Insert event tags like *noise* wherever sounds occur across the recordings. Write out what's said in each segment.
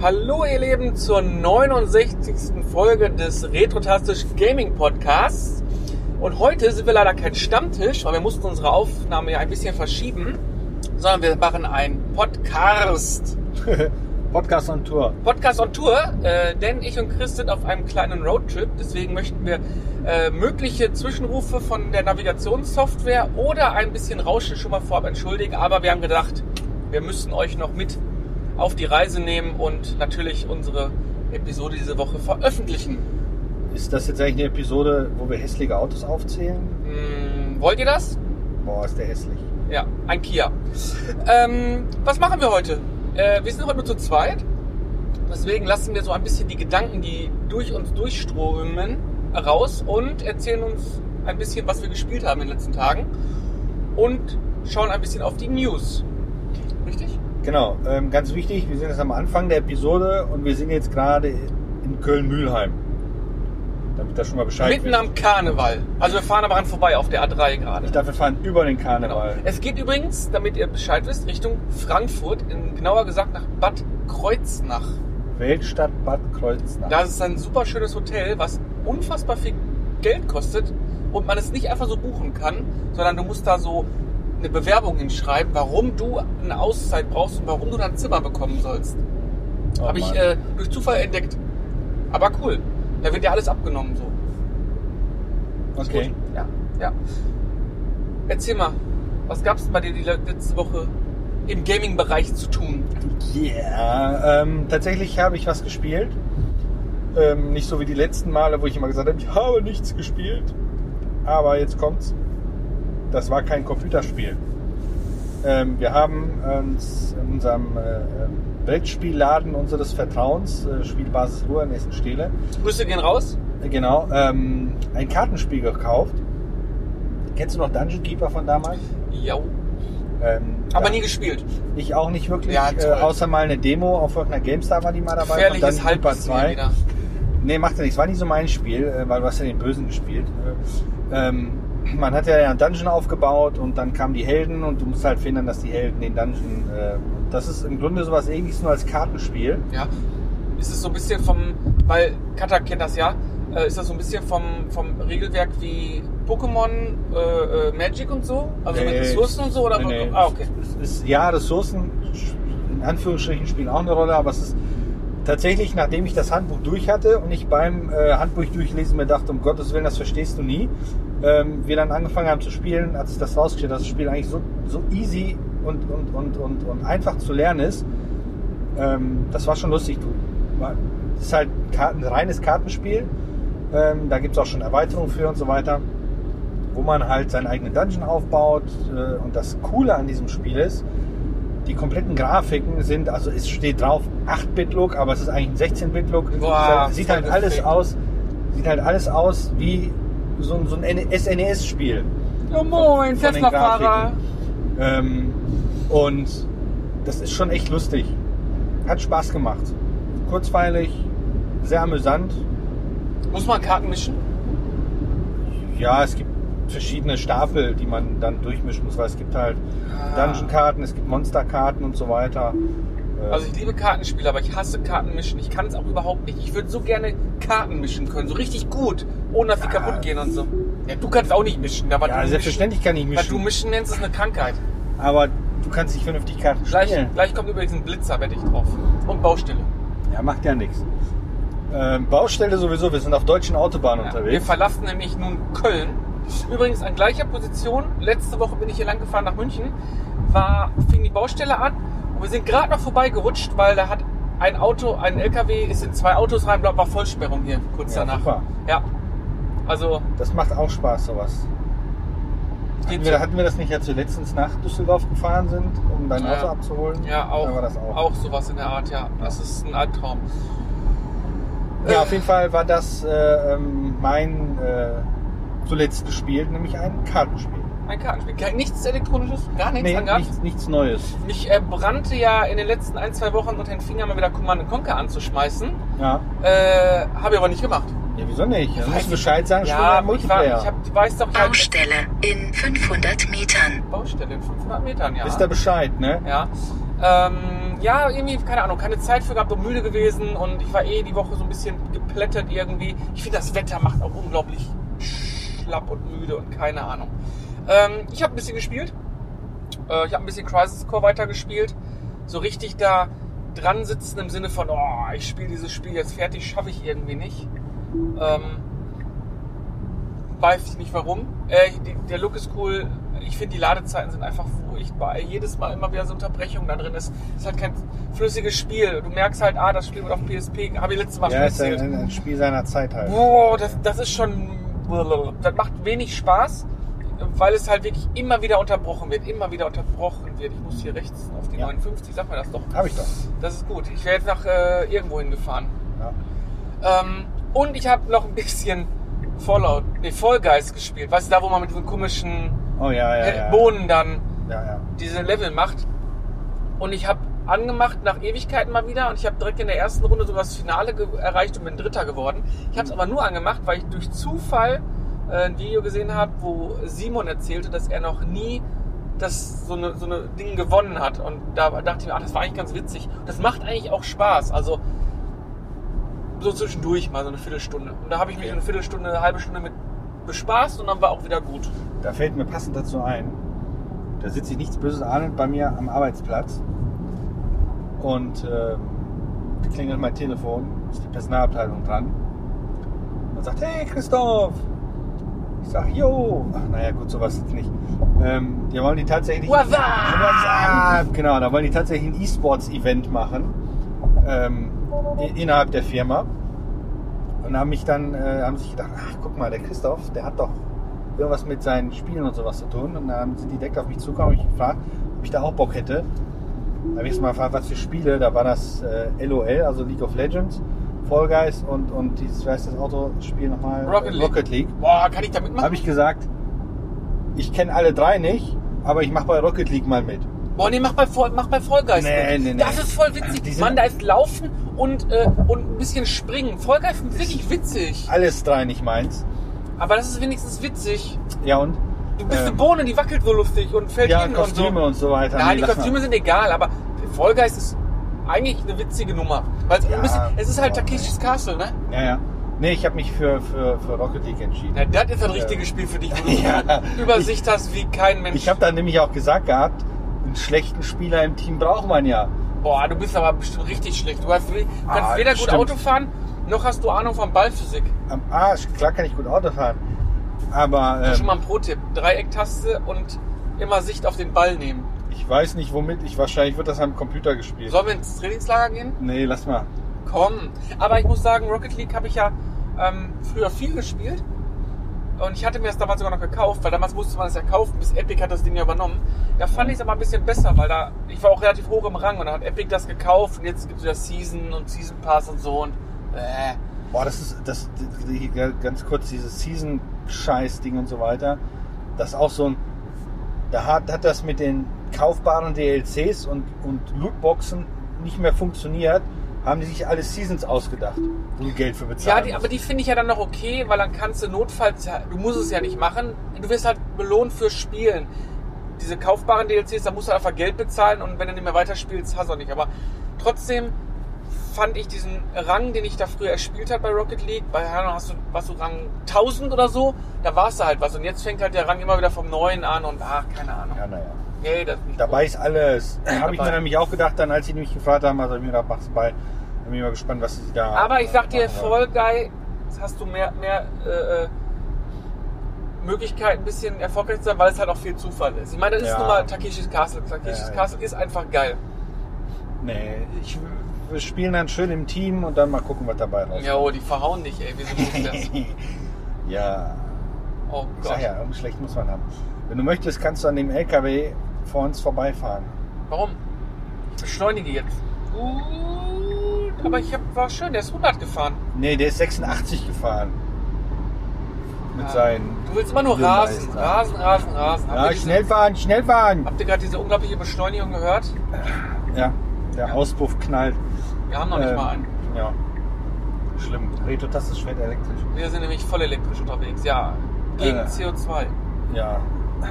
Hallo ihr Lieben zur 69. Folge des Retrotastisch Gaming Podcasts. Und heute sind wir leider kein Stammtisch, weil wir mussten unsere Aufnahme ja ein bisschen verschieben, sondern wir machen einen Podcast. Podcast on Tour. Podcast on Tour, äh, denn ich und Chris sind auf einem kleinen Roadtrip. Deswegen möchten wir äh, mögliche Zwischenrufe von der Navigationssoftware oder ein bisschen Rauschen schon mal vorab entschuldigen. Aber wir haben gedacht, wir müssen euch noch mit auf die Reise nehmen und natürlich unsere Episode diese Woche veröffentlichen. Ist das jetzt eigentlich eine Episode, wo wir hässliche Autos aufzählen? Hm, wollt ihr das? Boah, ist der hässlich. Ja, ein Kia. Ähm, was machen wir heute? Äh, wir sind heute nur zu zweit. Deswegen lassen wir so ein bisschen die Gedanken, die durch uns durchströmen, raus und erzählen uns ein bisschen, was wir gespielt haben in den letzten Tagen. Und schauen ein bisschen auf die News. Richtig? Genau, ähm, ganz wichtig, wir sind jetzt am Anfang der Episode und wir sind jetzt gerade in Köln-Mühlheim. Damit das schon mal Bescheid Mitten am Karneval. Also wir fahren aber ran vorbei auf der A3 gerade. Ich dachte, wir fahren über den Genau. Karneval. Es geht übrigens, damit ihr Bescheid wisst, Richtung Frankfurt, in, genauer gesagt nach Bad Kreuznach. Weltstadt Bad Kreuznach. Genau. Da ist ein super schönes Hotel, was unfassbar viel Geld kostet und man es nicht einfach so buchen kann, sondern du musst da so eine Bewerbung hinschreiben, warum du eine Auszeit brauchst und warum du dann Zimmer bekommen sollst. Oh Habe ich Mann. äh, durch Zufall entdeckt. Aber cool. Da wird ja alles abgenommen so. Ist okay. Gut. Ja, ja. Erzähl mal, was gab's denn bei dir die le- letzte Woche im Gaming-Bereich zu tun? Yeah. Ähm, tatsächlich habe ich was gespielt. Ähm, nicht so wie die letzten Male, wo ich immer gesagt habe, ich habe nichts gespielt. Aber jetzt kommt's. Das war kein Computerspiel. Ähm, wir haben uns in unserem äh, äh, Brettspielladen unseres Vertrauens, äh, Spielbasis Ruhr in Essen-Stehle, Grüße gehen raus. äh, genau, ähm, ein Kartenspiel gekauft. Kennst du noch Dungeon Keeper von damals? Ja, Ähm, aber ja. nie gespielt. Ich auch nicht wirklich, Ja, toll. äh, außer mal eine Demo auf irgendeiner GameStar war die mal dabei. und Gefährliches dann Super Halbwissen hier 2. halt wieder. Nee, macht ja nichts. War nicht so mein Spiel, äh, weil du hast ja den Bösen gespielt. Ähm, man hat ja einen Dungeon aufgebaut und dann kamen die Helden und du musst halt finden, dass die Helden den Dungeon... Äh, das ist im Grunde sowas ähnliches nur als Kartenspiel. Ja. Ist es so ein bisschen vom, weil Kata kennt das ja, äh, ist das so ein bisschen vom, vom Regelwerk wie Pokémon, äh, äh, Magic und so? Also mit Nee, Ressourcen und so? Oder nee, nee. Ah, okay. Es ist, ja, Ressourcen in Anführungsstrichen spielen auch eine Rolle, aber es ist tatsächlich, nachdem ich das Handbuch durch hatte und ich beim äh, Handbuch durchlesen mir dachte, um Gottes Willen, das verstehst du nie, ähm, wir dann angefangen haben zu spielen, als ich das rausgestellt habe, dass das Spiel eigentlich so, so easy und, und, und, und, und einfach zu lernen ist, ähm, das war schon lustig. Du, war- das ist halt Karten, reines Kartenspiel. Ähm, da gibt es auch schon Erweiterungen für und so weiter, wo man halt seinen eigenen Dungeon aufbaut. Äh, und das Coole an diesem Spiel ist, die kompletten Grafiken sind, also es steht drauf 8-Bit-Look, aber es ist eigentlich ein 16-Bit-Look. Boah, Es sieht voll halt alles gefickt. aus, sieht halt alles aus wie so, ein- so ein SNES-Spiel. Ja, moin, Von den Tesla-Fahrer. Grafiken. Ähm, und das ist schon echt lustig. Hat Spaß gemacht. Kurzweilig, sehr amüsant. Muss man Karten mischen? Ja, es gibt verschiedene Stapel, die man dann durchmischen muss, weil es gibt halt Ah. Dungeon-Karten, es gibt Monster-Karten und so weiter. Äh, Also ich liebe Kartenspiele, aber ich hasse Kartenmischen. Ich kann es auch überhaupt nicht. Ich würde so gerne Karten mischen können, so richtig gut, ohne dass die Ja. kaputt gehen und so. Ja, du kannst auch nicht mischen. Aber ja, du selbstverständlich kann ich Mischen, weil du mischen, mischen nennst, ist eine Krankheit. aber du kannst nicht vernünftig Karten Gleich, spielen. gleich kommt übrigens ein Blitzer, wette ich drauf. Und Baustelle. Ja, macht ja nichts. Ähm, Baustelle sowieso, wir sind auf deutschen Autobahnen Ja, wir unterwegs. verlassen nämlich nun Köln. Übrigens an gleicher Position. Letzte Woche bin ich hier lang gefahren nach München. War, fing die Baustelle an und wir sind gerade noch vorbeigerutscht, weil da hat ein Auto, ein LKW, ist in zwei Autos rein, war Vollsperrung hier kurz Ja, danach. super. Ja. Also Das macht auch Spaß, sowas. geht Hatten wir, so. hatten wir das nicht, als wir letztens nach Düsseldorf gefahren sind, um dein Ja. Auto abzuholen? Ja, auch, Da war das auch. auch sowas in der Art, ja. Das ist ein Albtraum. Ja, auf jeden Fall war das äh, ähm, mein äh, zuletzt gespielt, nämlich ein Kartenspiel. Ein Kartenspiel. Kein- Nichts Elektronisches, gar nichts angehabt. nichts, nichts Neues. Mich äh, brannte ja in den letzten ein, zwei Wochen unter den Fingern mal wieder Command Conquer anzuschmeißen. Ja. Äh, habe ich aber nicht gemacht. ja, wieso nicht? Du Weiß ich- musst Bescheid sagen, spiel mal Ja, ich, war, Multiplayer. ich hab, weiß doch, ich hab- Baustelle in 500 Metern. Baustelle in 500 Metern, ja. Wisst ihr Bescheid, ne? ja. Ähm, ja, irgendwie, keine Ahnung, keine Zeit für gehabt und müde gewesen und ich war eh die Woche so ein bisschen geplättet irgendwie. Ich finde, das Wetter macht auch unglaublich schlapp und müde und keine Ahnung. Ähm, ich habe ein bisschen gespielt. Äh, ich habe ein bisschen Crisis Core weitergespielt. So richtig da dran sitzen im Sinne von, oh, ich spiele dieses Spiel jetzt fertig, schaffe ich irgendwie nicht. Ähm, weiß ich nicht warum. Äh, die, der Look ist cool. Ich finde, die Ladezeiten sind einfach furchtbar. Jedes Mal immer wieder so Unterbrechungen da drin. Es ist halt kein flüssiges Spiel. Du merkst halt, ah, das Spiel wird auf PSP. Habe ich letztes Mal Ja, schon ist ein, erzählt. ein ein Spiel seiner Zeit halt. Boah, das, das ist schon. Das macht wenig Spaß, weil es halt wirklich immer wieder unterbrochen wird. Immer wieder unterbrochen wird. Ich muss hier rechts auf die Ja. 59, sag mal das doch. Habe ich doch. Das ist gut. Ich wäre jetzt nach äh, irgendwo hingefahren. Ja. Ähm, und ich habe noch ein bisschen Fallout, nee, Fall Guys gespielt. Weißt du, da wo man mit diesen komischen Oh ja, ja. äh, ja. Bohnen dann Ja, ja. diese Level macht. Und ich habe angemacht nach Ewigkeiten mal wieder und ich habe direkt in der ersten Runde sogar das Finale ge- erreicht und bin Dritter geworden. Ich habe es aber nur angemacht, weil ich durch Zufall äh, ein Video gesehen habe, wo Simon erzählte, dass er noch nie das so eine, so eine Ding gewonnen hat. Und da dachte ich mir, ach, das war eigentlich ganz witzig. Das macht eigentlich auch Spaß. Also so zwischendurch mal so eine Viertelstunde. Und da habe ich mich Okay. eine Viertelstunde, eine halbe Stunde mit bespaßt und dann war auch wieder gut. Da fällt mir passend dazu ein, da sitze ich nichts Böses ahnend bei mir am Arbeitsplatz und ähm, klingelt mein Telefon, ist die Personalabteilung dran und sagt, hey Christoph! Ich sag, jo! Ach, naja, gut, sowas jetzt nicht. Ähm, die wollen die tatsächlich... What's up? WhatsApp! Genau, da wollen die tatsächlich ein E-Sports-Event machen ähm, i- innerhalb der Firma und haben mich dann äh, haben sich gedacht, ach guck mal, der Christoph, der hat doch irgendwas mit seinen Spielen und sowas zu tun. Und dann sind die direkt auf mich zugekommen und ich gefragt, ob ich da auch Bock hätte. Da habe ich erst mal gefragt, was für Spiele. Da war das äh, LOL, also League of Legends, Fall Guys und, und dieses, wie heißt das Autospiel nochmal? Rocket League. Rocket League. Boah, kann ich da mitmachen? Habe ich gesagt, ich kenne alle drei nicht, aber ich mache bei Rocket League mal mit. Boah, nee, mach bei, Voll- mach bei Vollgeist. Nee, nee, nee. Das ist voll witzig. Die sind- Mann, da ist Laufen und, äh, und ein bisschen Springen. Vollgeist ist wirklich witzig. Alles drei nicht meins. Aber das ist wenigstens witzig. Ja und? Du bist eine Ähm. Bohne, die wackelt wohl lustig und fällt Ja, hin Kostüme und und so weiter. so. Nein, Nee, die lass mal. Kostüme sind egal, aber Vollgeist ist eigentlich eine witzige Nummer. Weil es, Ja. ein bisschen, es ist halt Takeshis Castle, ne? Ja, ja. Nee, ich habe mich für, für, für Rocket League entschieden. Na, das ist ein richtiges Spiel für dich, wo du *laughs* Ja. Übersicht hast wie kein Mensch. Ich habe dann nämlich auch gesagt gehabt, einen schlechten Spieler im Team braucht man ja. Boah, du bist aber bestimmt richtig schlecht. Du hast, kannst Ah, weder gut stimmt. Auto fahren, noch hast du Ahnung von Ballphysik. Am Arsch, klar kann ich gut Auto fahren. Aber Schon ähm, mal ein Pro-Tipp. Dreiecktaste und immer Sicht auf den Ball nehmen. ich weiß nicht womit. Ich wahrscheinlich wird das am Computer gespielt. Sollen wir ins Trainingslager gehen? Nee, lass mal. Komm. Aber ich muss sagen, Rocket League habe ich ja ähm, früher viel gespielt. Und ich hatte mir das damals sogar noch gekauft, weil damals musste man es ja kaufen, bis Epic hat das Ding ja übernommen. Da fand ich es aber ein bisschen besser, weil da ich war auch relativ hoch im Rang und dann hat Epic das gekauft und jetzt gibt es wieder Season und Season Pass und so und äh. Boah, das ist das die- die- ganz kurz dieses Season Scheiß Ding und so weiter. Das ist auch so ein da hat, hat das mit den kaufbaren DLCs und und Lootboxen nicht mehr funktioniert. Haben die sich alle Seasons ausgedacht, wo du Geld für Ja, bezahlen die, musst. aber die finde ich ja dann noch okay, weil dann kannst du notfalls, ja- du musst es ja nicht machen, du wirst halt belohnt fürs Spielen. Diese kaufbaren DLCs, da musst du einfach Geld bezahlen und wenn du nicht mehr weiterspielst, hast du auch nicht. Aber trotzdem fand ich diesen Rang, den ich da früher erspielt habe bei Rocket League, bei Hanno hast du, warst du Rang 1000 oder so, da warst du halt was. Und jetzt fängt halt der Rang immer wieder vom Neuen an und ach, keine Ahnung. Ja, naja. Nee, das ist nicht Dabei ist alles. Habe *clears throat* ich Dabei. mir nämlich auch gedacht, dann als sie mich gefragt haben, also mir da mach's bei. Bin ich mal gespannt, was sie da. Aber ich sag dir, machen wollen. Fall Guy, jetzt hast du mehr, mehr äh, äh, Möglichkeiten, ein bisschen erfolgreich zu sein, weil es halt auch viel Zufall ist. Ich meine, das ist Ja. nun mal Takeshis Castle. Takeshis Ja, ja. Castle ist einfach geil. Nee, ich, wir spielen dann schön im Team und dann mal gucken, was dabei rauskommt. *laughs* Jo, oh, die verhauen dich, ey. Wieso ist das? ja. Oh Ich Gott. sag ja, irgendwie schlecht muss man haben. Wenn du möchtest, kannst du an dem LKW vor uns vorbeifahren. Warum? Ich beschleunige jetzt. Gut, aber ich hab, war schön, der ist 100 gefahren. Nee, der ist 86 gefahren. Mit Ah. seinen. Du willst immer nur Dünn rasen, Eis, ja. rasen, rasen, rasen. Habt ihr Ja, diese- schnell fahren, schnell fahren! Habt ihr gerade diese unglaubliche Beschleunigung gehört? Ja, der Auspuff knallt. Wir haben noch nicht Ähm, mal einen. Ja. Schlimm. Retro-Taste schwer elektrisch. Wir sind nämlich voll elektrisch unterwegs, ja. Gegen Äh. CO2. Ja,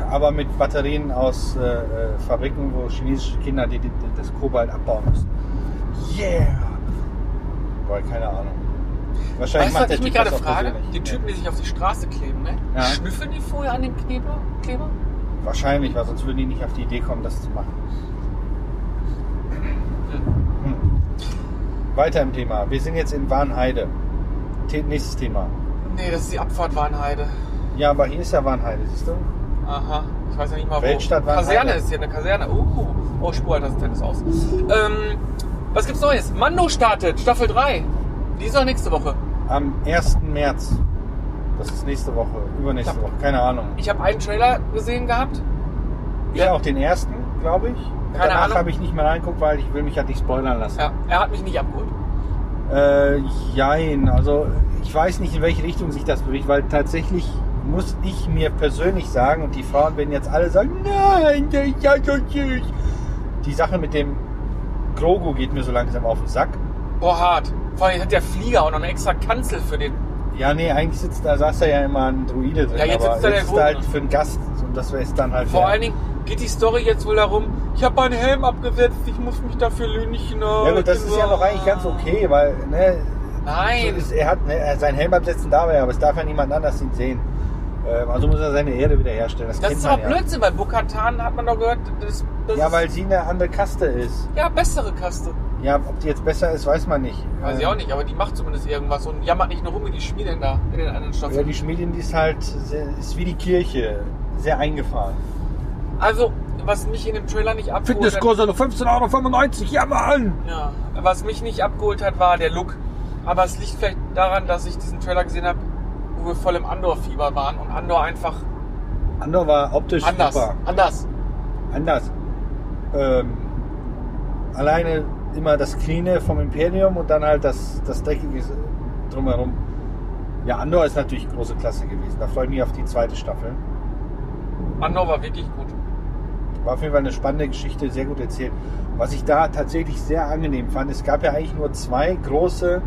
aber mit Batterien aus äh, äh, Fabriken, wo chinesische Kinder die, die, die- das Kobalt abbauen müssen. Yeah! Boah, keine Ahnung. Wahrscheinlich Weißt du, was macht der ich Typ mich gerade das auch frage? persönlich. Die Typen, die sich auf die Straße kleben, ne? Ja. Schnüffeln die vorher an dem Kleber? Kleber? Ja, wahrscheinlich, weil sonst würden die nicht auf die Idee kommen, das zu machen. Hm. Weiter im Thema. Wir sind jetzt in Warnheide. The nächstes Thema. Nee, das ist die Abfahrt Warnheide. Ja, aber hier ist ja Warnheide, siehst du? Aha, ich weiß ja nicht mal wo. Weltstadt Warnheide. Kaserne ist hier, eine Kaserne. Uh, oh, Spur hat das Tennis aus. Ähm, was gibt's Neues? Mando startet, Staffel 3. Die ist doch nächste Woche. Am 1. März. Das ist nächste Woche, übernächste Ja. Woche, keine Ahnung. Ich habe einen Trailer gesehen gehabt. Ich Ja. auch den ersten, glaube ich. Keine Danach Ahnung. habe ich nicht mehr reingeguckt, weil ich will mich halt nicht spoilern lassen. Ja, er hat mich nicht abgeholt. Äh, jein, also ich weiß nicht, in welche Richtung sich das bewegt, weil tatsächlich muss ich mir persönlich sagen, und die Frauen werden jetzt alle sagen, nein, der ist ja so süß. Die Sache mit dem Grogu geht mir so langsam auf den Sack. Boah, hart. Vor allem hat der Flieger auch noch eine extra Kanzel für den. Ja, nee, eigentlich sitzt da, saß da ja immer ein Druide drin, Ja, jetzt aber sitzt da der jetzt ist Grogu da halt drin. für einen Gast und das wäre es dann halt Vor der- allen Dingen geht die Story jetzt wohl darum, ich habe meinen Helm abgesetzt, ich muss mich dafür lünchen. ne? Genau. Ja gut, das ist ja noch eigentlich ganz okay, weil ne, Nein. so ist- er hat ne, er- sein Helm absetzen darf er, aber es darf ja niemand anders ihn sehen. Ähm, also muss er seine Ehre wiederherstellen. Das, Das kennt ist man aber ja. Blödsinn, weil Bokatan hat man doch gehört, das, das Ja, ist weil sie eine andere Kaste ist. ja bessere Kaste. Ja, ob die jetzt besser ist, weiß man nicht. Weiß ich Ähm, auch nicht, aber die macht zumindest irgendwas und jammert nicht nur rum wie die Schmieden da in den anderen Äh, Ja, Staffeln. die Schmiedin die ist halt sehr, ist wie die Kirche, sehr eingefahren. Also, was mich in dem Trailer nicht abgeholt nur 15,95 Euro, ja Mann! hat. Ja, was mich nicht abgeholt hat, war der Look. Aber es liegt vielleicht daran, dass ich diesen Trailer gesehen habe, wo wir voll im Andor-Fieber waren und Andor einfach Andor war optisch anders. super. Anders. anders. Ähm, alleine immer das Cleane vom Imperium und dann halt das, das Dreckige drumherum. Ja, Andor ist natürlich große Klasse gewesen. Da freue ich mich auf die zweite Staffel. Andor war wirklich gut. War auf jeden Fall eine spannende Geschichte, sehr gut erzählt. Was ich da tatsächlich sehr angenehm fand, es gab ja eigentlich nur zwei große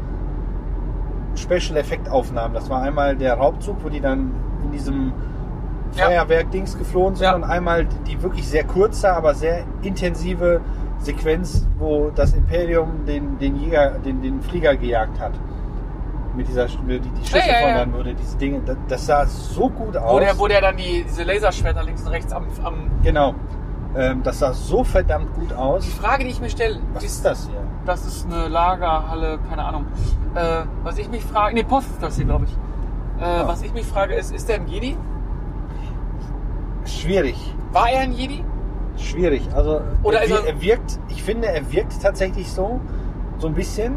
Special-Effekt-Aufnahmen. Das war einmal der Raubzug, wo die dann in diesem Ja. Feuerwerk-Dings geflohen sind Ja. und einmal die wirklich sehr kurze, aber sehr intensive Sequenz, wo das Imperium den, den, Jäger, den, den Flieger gejagt hat. Mit dieser, die, die Schüsse Ja, ja, von ja. dann wurde, diese Dinge. Das, das sah so gut aus. Wo der, wo der dann die, diese Laserschwerter links und rechts am, am. Genau. Ähm, das sah so verdammt gut aus. Die Frage, die ich mir stelle, Was ist, ist das hier? das ist eine Lagerhalle, keine Ahnung. Äh, was ich mich frage, nee, Post ist das hier, glaube ich. Äh, Was ich mich frage ist, ist der ein Jedi? Schwierig. War er ein Jedi? Schwierig. Also Oder er, ist wir- er- er wirkt, ich finde, er wirkt tatsächlich so. So ein bisschen.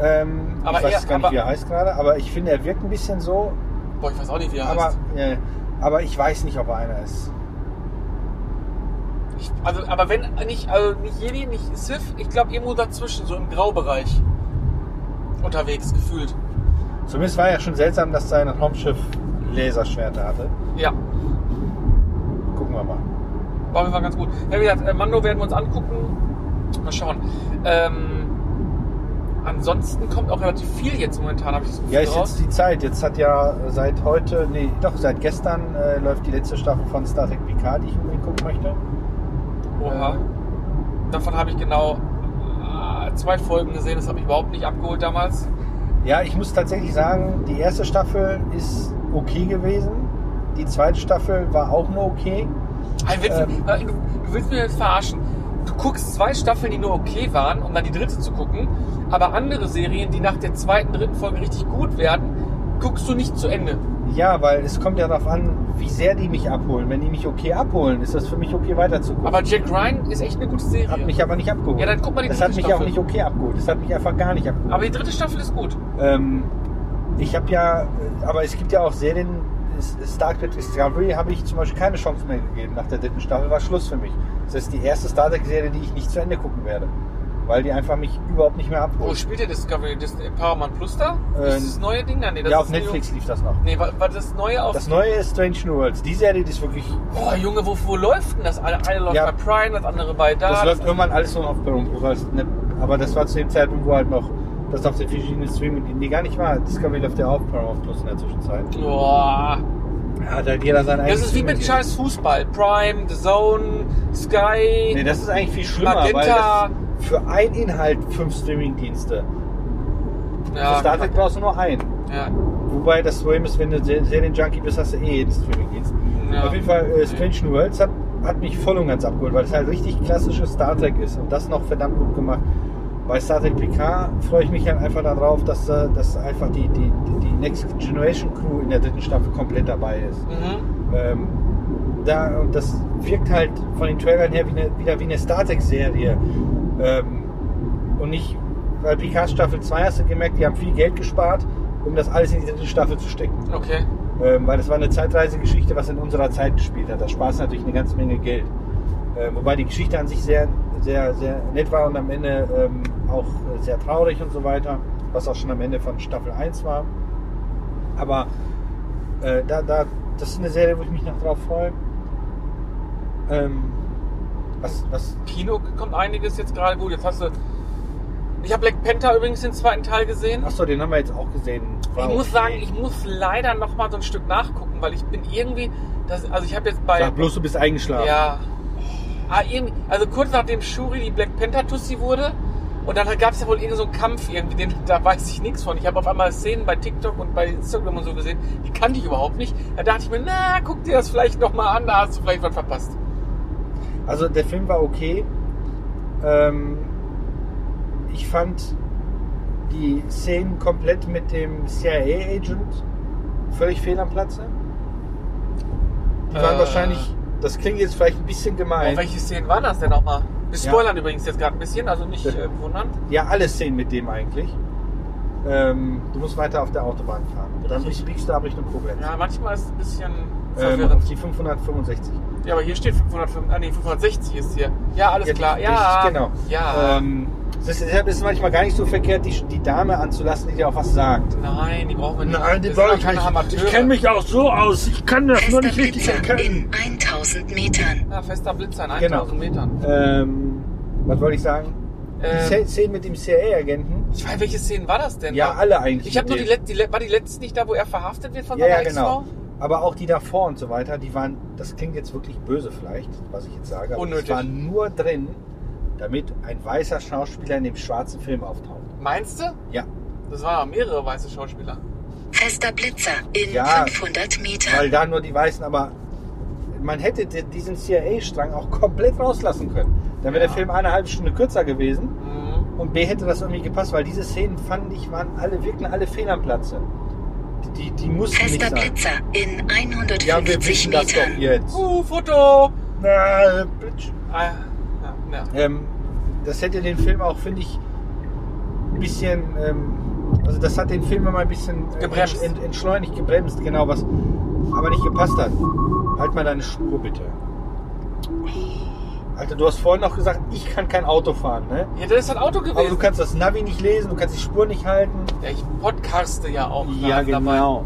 Ähm, Aber ich weiß er- gar nicht, aber- wie er heißt gerade, aber ich finde, er wirkt ein bisschen so. Boah, ich weiß auch nicht, wie er aber, heißt. äh, aber ich weiß nicht, ob er einer ist. Ich, also, aber wenn nicht, also nicht Jedi, nicht Sith, ich glaube irgendwo dazwischen, so im Graubereich unterwegs gefühlt. Zumindest war ja schon seltsam, dass sein Raumschiff Laserschwerter hatte. Ja, Gucken wir mal. war auf jeden Fall ganz gut. Ja, wie gesagt, äh, Mando werden wir uns angucken. Mal schauen. Ähm, ansonsten kommt auch relativ viel jetzt momentan, habe ich das Gefühl Ja, ist raus. jetzt die Zeit. Jetzt hat ja seit heute, nee, doch seit gestern äh, läuft die letzte Staffel von Star Trek Picard, die ich unbedingt gucken möchte. Oha. Davon habe ich genau äh, zwei Folgen gesehen, das habe ich überhaupt nicht abgeholt damals. Ja, ich muss tatsächlich sagen, die erste Staffel ist okay gewesen. Die zweite Staffel war auch nur okay. Ein Witz, Ähm. äh, du, du willst mich jetzt verarschen. Du guckst zwei Staffeln, die nur okay waren, um dann die dritte zu gucken. Aber andere Serien, die nach der zweiten, dritten Folge richtig gut werden, guckst du nicht zu Ende. Ja, weil es kommt ja darauf an, wie sehr die mich abholen. Wenn die mich okay abholen, ist das für mich okay weiterzugucken. Aber Jack Ryan ist echt eine gute hat Serie. mich aber nicht abgeholt. Ja, dann guck mal die das dritte hat mich Staffel. auch nicht okay abgeholt. Das hat mich einfach gar nicht abgeholt. Aber die dritte Staffel ist gut. Ähm, ich habe ja, äh, aber es gibt ja auch Serien, S- Star Trek Discovery habe ich zum Beispiel keine Chance mehr gegeben. Nach der dritten Staffel war Schluss für mich. Das ist die erste Star Trek-Serie, die ich nicht zu Ende gucken werde. Weil die einfach mich überhaupt nicht mehr Wo abholt. Oh, spielt ihr Discovery? Disney Paramount Plus da? Ähm, ist das neue Ding? Nein, nee, das ja, ist auf Netflix lief das noch. New nee, war, war das neue auf... Das ne- neue ist Strange New Worlds. Die Serie, die ist wirklich. Boah, Junge, wo, wo läuft denn das? Eine, eine läuft Ja. bei Prime, das andere bei da. das läuft irgendwann alles nur noch bei uns. Aber das war zu dem Zeitpunkt, wo halt noch das auf den verschiedenen Streaming, die gar nicht war. Discovery läuft ja auch Paramount Plus in der Zwischenzeit. Boah. Ja, hat halt jeder sein eigenes. Das ist wie mit Ding. scheiß Fußball. Prime, The Zone, Sky. Nee, das ist eigentlich viel schlimmer, weil Magenta. das für einen Inhalt fünf Streamingdienste. für Star Trek brauchst du nur einen. ja. Wobei das Problem ist, wenn du Se- Serienjunkie bist, hast du eh jeden Streamingdienst. Ja. Auf jeden Fall, äh, Strange New Worlds hat, hat mich voll und ganz abgeholt, weil es halt richtig klassisches Star Trek ist und das noch verdammt gut gemacht. Bei Star Trek PK freue ich mich halt einfach darauf, dass, äh, dass einfach die, die, die die Next Generation Crew in der dritten Staffel komplett dabei ist. Mhm. Ähm, da, und das wirkt halt von den Trailern her wie eine, wieder wie eine Star Trek-Serie. Ähm, und nicht, weil Picard Staffel 2 hast du gemerkt, die haben viel Geld gespart, um das alles in die dritte Staffel zu stecken. Okay. Ähm, weil das war eine Zeitreisegeschichte, was in unserer Zeit gespielt hat. Da sparst du natürlich eine ganze Menge Geld. Ähm, wobei die Geschichte an sich sehr, sehr, sehr nett war und am Ende ähm, auch äh, sehr traurig und so weiter, was auch schon am Ende von Staffel 1 war. Aber äh, da, da, das ist eine Serie, wo ich mich noch drauf freue. Ähm, was, was, Kino kommt einiges jetzt gerade gut. Jetzt hast du. Ich habe Black Panther übrigens den zweiten Teil gesehen. achso, den haben wir jetzt auch gesehen. War ich muss okay. sagen, ich muss leider noch mal so ein Stück nachgucken, weil ich bin irgendwie. Das, also ich habe jetzt bei. Sag bloß, du bist eingeschlafen. Ja. Ah, irgendwie, also kurz nachdem Shuri die Black Panther Tussi wurde und dann gab es ja wohl irgendeinen so einen Kampf irgendwie, den, da weiß ich nichts von. Ich habe auf einmal Szenen bei TikTok und bei Instagram und so gesehen, die kannte ich überhaupt nicht. Da dachte ich mir, na, guck dir das vielleicht nochmal an, da hast du vielleicht was verpasst. Also der Film war okay. Ähm, ich fand die Szenen komplett mit dem CIA-Agent völlig fehl am Platze. Die waren Äh. wahrscheinlich, das klingt jetzt vielleicht ein bisschen Und gemein. welche Szenen waren das denn nochmal? Wir Ja. spoilern übrigens jetzt gerade ein bisschen, also nicht Bitte. äh, wundern. ja, alle Szenen mit dem eigentlich. Ähm, du musst weiter auf der Autobahn fahren. Dann biegst du ab Richtung Koblenz. Ja, manchmal ist es ein bisschen ähm, auf verwirrend. die 565. ja, aber hier steht 505, ah, nee, 560 ist hier. Ja, alles Ja, klar. richtig, Ja, genau. Ja. Ähm, es ist- deshalb ist es manchmal gar nicht so verkehrt, die, die Dame anzulassen, die dir auch was sagt. Nein, die brauchen wir nicht. Nein, die Wir sind brauche doch ich keine nicht. Amateure. Ich kenne mich auch so aus. Ich kann das nur Erster nicht richtig Blitzer erkennen. in 1000 Metern. Ja, Ah, fester Blitzer in Genau. 1000 Metern. Ähm, was wollte ich sagen? Ähm, die Szene mit dem CIA-Agenten. ich weiß, welche Szenen war das denn? Ja, War- alle eigentlich. Genau. Ich habe nur die mit letzte, die, le- war die letzte nicht da, wo er verhaftet wird von denen. Ja, seiner ja, genau. Ex-Frau? Aber auch die davor und so weiter, die waren, das klingt jetzt wirklich böse vielleicht, was ich jetzt sage, aber Unnötig. die waren nur drin, damit ein weißer Schauspieler in dem schwarzen Film auftaucht. Meinst du? Ja, Das waren mehrere weiße Schauspieler. Fester Blitzer in Ja, 500 weil Metern. da nur die Weißen, aber man hätte di- diesen CIA-Strang auch komplett rauslassen können. Dann wäre Ja. der Film eine halbe Stunde kürzer gewesen. Mhm. Und B hätte das irgendwie gepasst, weil diese Szenen fand ich, waren alle, wirkten alle fehl am Platze. Die, die, die mussten Fester nicht sein. Blitzer in Ja, wir 150 wissen das doch Metern. jetzt. Uh, Foto! Na, Bitch. Ah, ja, ja. Ähm, das hätte den Film auch, finde ich, ein bisschen, ähm, also das hat den Film immer ein bisschen äh, Gebremst. Ent, entschleunigt, gebremst, genau, was aber nicht gepasst hat. Halt mal deine Spur bitte. Alter, du hast vorhin noch gesagt, ich kann kein Auto fahren, ne? ja, das ist ein Auto Aber du gewesen. kannst das Navi nicht lesen, du kannst die Spur nicht halten. Ja, ich podcaste ja auch. Ja, gerade genau.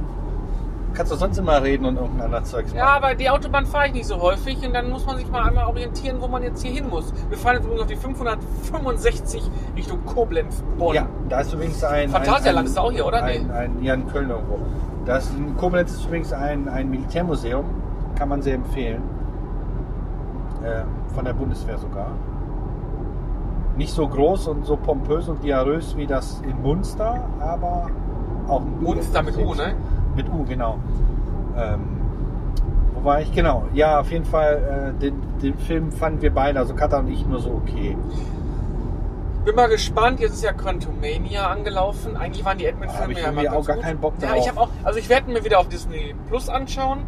Kannst du sonst immer reden und irgendein anderes Zeugs Ja, aber die Autobahn fahre ich nicht so häufig und dann muss man sich mal einmal orientieren, wo man jetzt hier hin muss. Wir fahren jetzt übrigens auf die 565 Richtung Koblenz-Bonn. Ja, da ist übrigens ein... Phantasialand ein- ein- ist auch hier, oder? Ein, Nee. ein, ja, in Köln irgendwo. Da ist in Koblenz ist übrigens ein, ein Militärmuseum, kann man sehr empfehlen. Äh, von der Bundeswehr sogar. Nicht so groß und so pompös und diarös wie das in Munster, aber auch ein Munster mit U, ne? Mit U, genau. Ähm, wo war ich? Genau. Ja, auf jeden Fall, äh, den, den Film fanden wir beide, also Katha und ich, nur so okay. Bin mal gespannt, jetzt ist ja Quantumania angelaufen. Eigentlich waren die Hab Edmund-Filme ich ja mal irgendwie ganz auch gar gut. keinen Bock ja, drauf. ich habe auch, also ich werde mir wieder auf Disney Plus anschauen.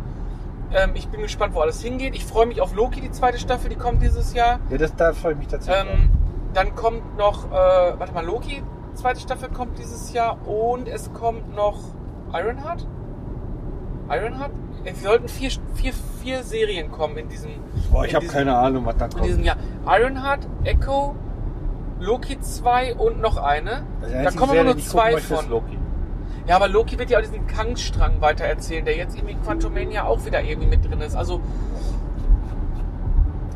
Ähm, ich bin gespannt, wo alles hingeht. Ich freue mich auf Loki, die zweite Staffel, die kommt dieses Jahr. Ja, das, da freue ich mich tatsächlich. Ähm, dann kommt noch, äh, warte mal, Loki, zweite Staffel kommt dieses Jahr und es kommt noch Ironheart. Ironheart? Es sollten vier, vier, vier Serien kommen in diesem, Boah, ich in habe diesem- keine Ahnung, was da in kommt. diesem Jahr. Ironheart, Echo, Loki 2 und noch eine. Also die da einzige kommen Serie, aber nur die ich zwei gucken möchte, ist von. Loki. Ja, aber Loki wird ja auch diesen Kang-Strang weiter erzählen, der jetzt irgendwie in Quantumania auch wieder irgendwie mit drin ist. Also,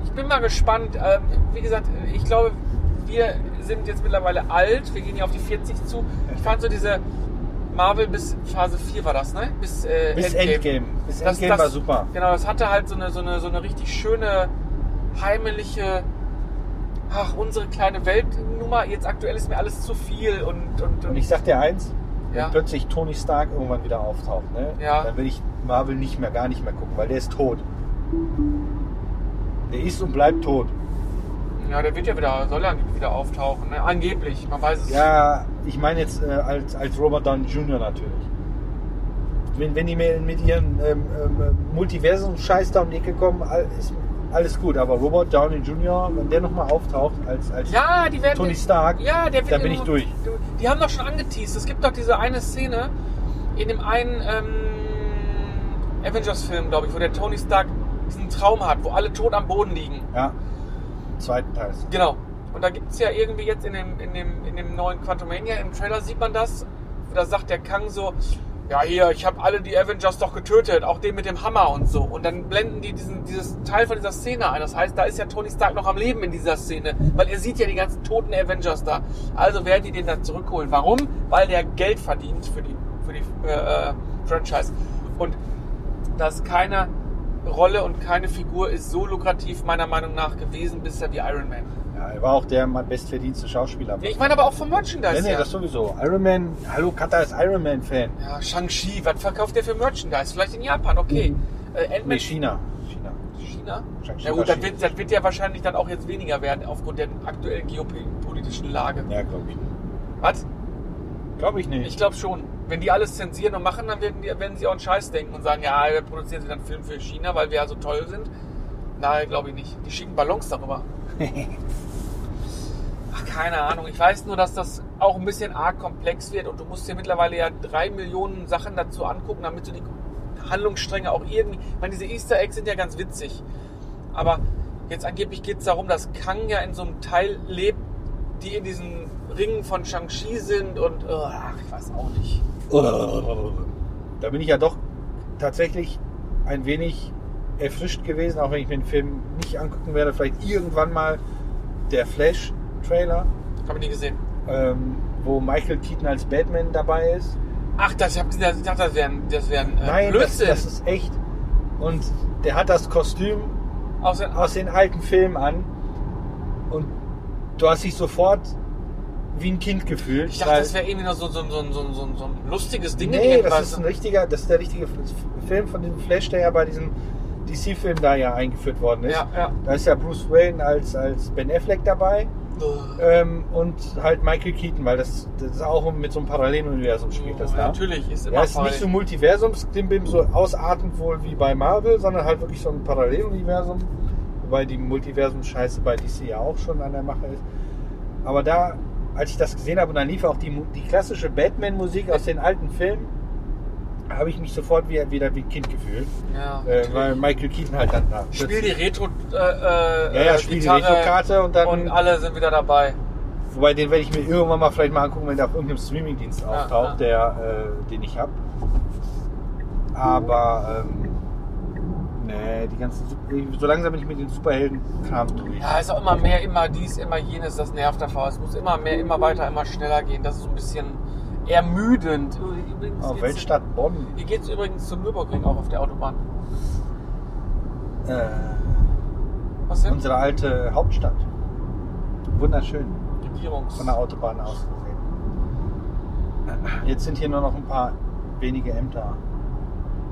ich bin mal gespannt. Ähm, wie gesagt, ich glaube, wir sind jetzt mittlerweile alt. Wir gehen ja auf die 40 zu. Ich fand so diese Marvel bis Phase 4 war das, ne? Bis, äh, Bis Endgame. Bis Das- Endgame das- war super. Genau, das hatte halt so eine, so eine, so eine richtig schöne, heimelige, ach, unsere kleine Weltnummer. Jetzt aktuell ist mir alles zu viel und, und, Und ich sag dir eins, Ja. wenn plötzlich Tony Stark irgendwann wieder auftaucht, ne? Ja. dann will ich Marvel nicht mehr, gar nicht mehr gucken, weil der ist tot. Der ist und bleibt tot. ja, der wird ja wieder, soll ja wieder auftauchen, ne? Angeblich, man weiß es Ja, ich meine jetzt äh, als, als Robert Downey Jr. natürlich. Wenn, wenn die mir mit ihren ähm, ähm, Multiversum-Scheiß da um die Ecke kommen, all- ist alles gut. Aber Robert Downey Jr., wenn der nochmal auftaucht als, als Ja, die werden. Tony Stark, Ja, der wird dann bin ich irgendwo- durch. Die haben doch schon angeteased. Es gibt doch diese eine Szene in dem einen ähm, Avengers-Film, glaube ich, wo der Tony Stark diesen Traum hat, wo alle tot am Boden liegen. Ja, zweiten Teil. ist- Genau. Und da gibt es ja irgendwie jetzt in dem, in, dem, in dem neuen Quantumania, im Trailer sieht man das. Da sagt der Kang so, ja hier, ich habe alle die Avengers doch getötet, auch den mit dem Hammer und so. Und dann blenden die diesen, dieses Teil von dieser Szene ein. Das heißt, da ist ja Tony Stark noch am Leben in dieser Szene, weil er sieht ja die ganzen toten Avengers da. Also werden die den dann zurückholen. Warum? Weil der Geld verdient für die, für die äh, äh, Franchise. Und dass keine Rolle und keine Figur ist so lukrativ meiner Meinung nach gewesen bisher wie Iron Man. Ja, er war auch der mein bestverdienste Schauspieler. Ja, Ich meine aber auch vom Merchandise. Nee, nee, her. das sowieso. Iron Man, hallo, Kata ist Iron Man-Fan. ja, Shang-Chi, was verkauft der für Merchandise? Vielleicht in Japan, okay. Äh, Ant-Man Hm. Nee, China. China. China? Shang-Chi Ja war gut, das China. wird, das wird ja wahrscheinlich dann auch jetzt weniger werden aufgrund der aktuellen geopolitischen Lage. Ja, glaube ich nicht. Was? Glaube ich nicht. Ich glaube schon. Wenn die alles zensieren und machen, dann werden, die, werden sie auch einen Scheiß denken und sagen, ja, wir produzieren wieder einen Film für China, weil wir ja so toll sind. Nein, glaube ich nicht. Die schicken Ballons darüber. Ach, keine Ahnung. Ich weiß nur, dass das auch ein bisschen arg komplex wird und du musst dir mittlerweile ja drei Millionen Sachen dazu angucken, damit du die Handlungsstränge auch irgendwie. Ich meine, diese Easter Eggs sind ja ganz witzig. Aber jetzt angeblich geht es darum, dass Kang ja in so einem Teil lebt, die in diesen Ringen von Shang-Chi sind und äh, ach, ich weiß auch nicht. da bin ich ja doch tatsächlich ein wenig erfrischt gewesen, auch wenn ich mir den Film nicht angucken werde. Vielleicht irgendwann mal der Flash-Trailer, Hab ich nie gesehen. ähm, wo Michael Keaton als Batman dabei ist. Ach, das, ich hab gesehen, ich dachte, das wären, das wären äh, Nein, das, Blödsinn. das ist echt. Und der hat das Kostüm Aus den, aus den alten Filmen an und du hast dich sofort wie ein Kind gefühlt. ich dachte, weil- das wäre irgendwie nur so, so, so, so, so, so ein lustiges Ding. nee, gewesen, das weißt ist du? ein richtiger, das ist der richtige F- Film von dem Flash, der ja bei diesem DC-Film da ja eingeführt worden ist. Ja, ja. Da ist ja Bruce Wayne als, als Ben Affleck dabei Äh, ähm, und halt Michael Keaton, weil das, das ist auch mit so einem Paralleluniversum spielt das da. Natürlich, ist immer Ja, ist voll. nicht so Multiversums-Klimbim so ausartend wohl wie bei Marvel, sondern halt wirklich so ein Paralleluniversum, wobei die Multiversum-Scheiße bei DC ja auch schon an der Mache ist. Aber da, als ich das gesehen habe und dann lief auch die, Mu- die klassische Batman-Musik aus den alten Filmen, habe ich mich sofort wieder, wieder wie ein Kind gefühlt, ja. äh, weil Michael Keaton halt dann da. Spiel die Retro äh, äh, ja, ja, äh, spiel die Gitarre Retro-Karte und dann, und alle sind wieder dabei. wobei den werde ich mir irgendwann mal vielleicht mal angucken, wenn der auf irgendeinem Streamingdienst auftaucht, der, äh, den ich habe. Aber ähm, nee, die ganzen Sup- so langsam bin ich mit den Superhelden-Kram durch. Ja, ist auch immer mehr, immer dies, immer jenes, das nervt davon. Es muss immer mehr, immer weiter, immer schneller gehen. Das ist so ein bisschen ermüdend. Übrigens Auf geht's- Weltstadt Bonn. Hier geht's übrigens zum Nürburgring auch auf der Autobahn. Äh, Was denn? unsere alte Hauptstadt. Wunderschön Regierungs. von der Autobahn aus gesehen. Jetzt sind hier nur noch ein paar wenige Ämter.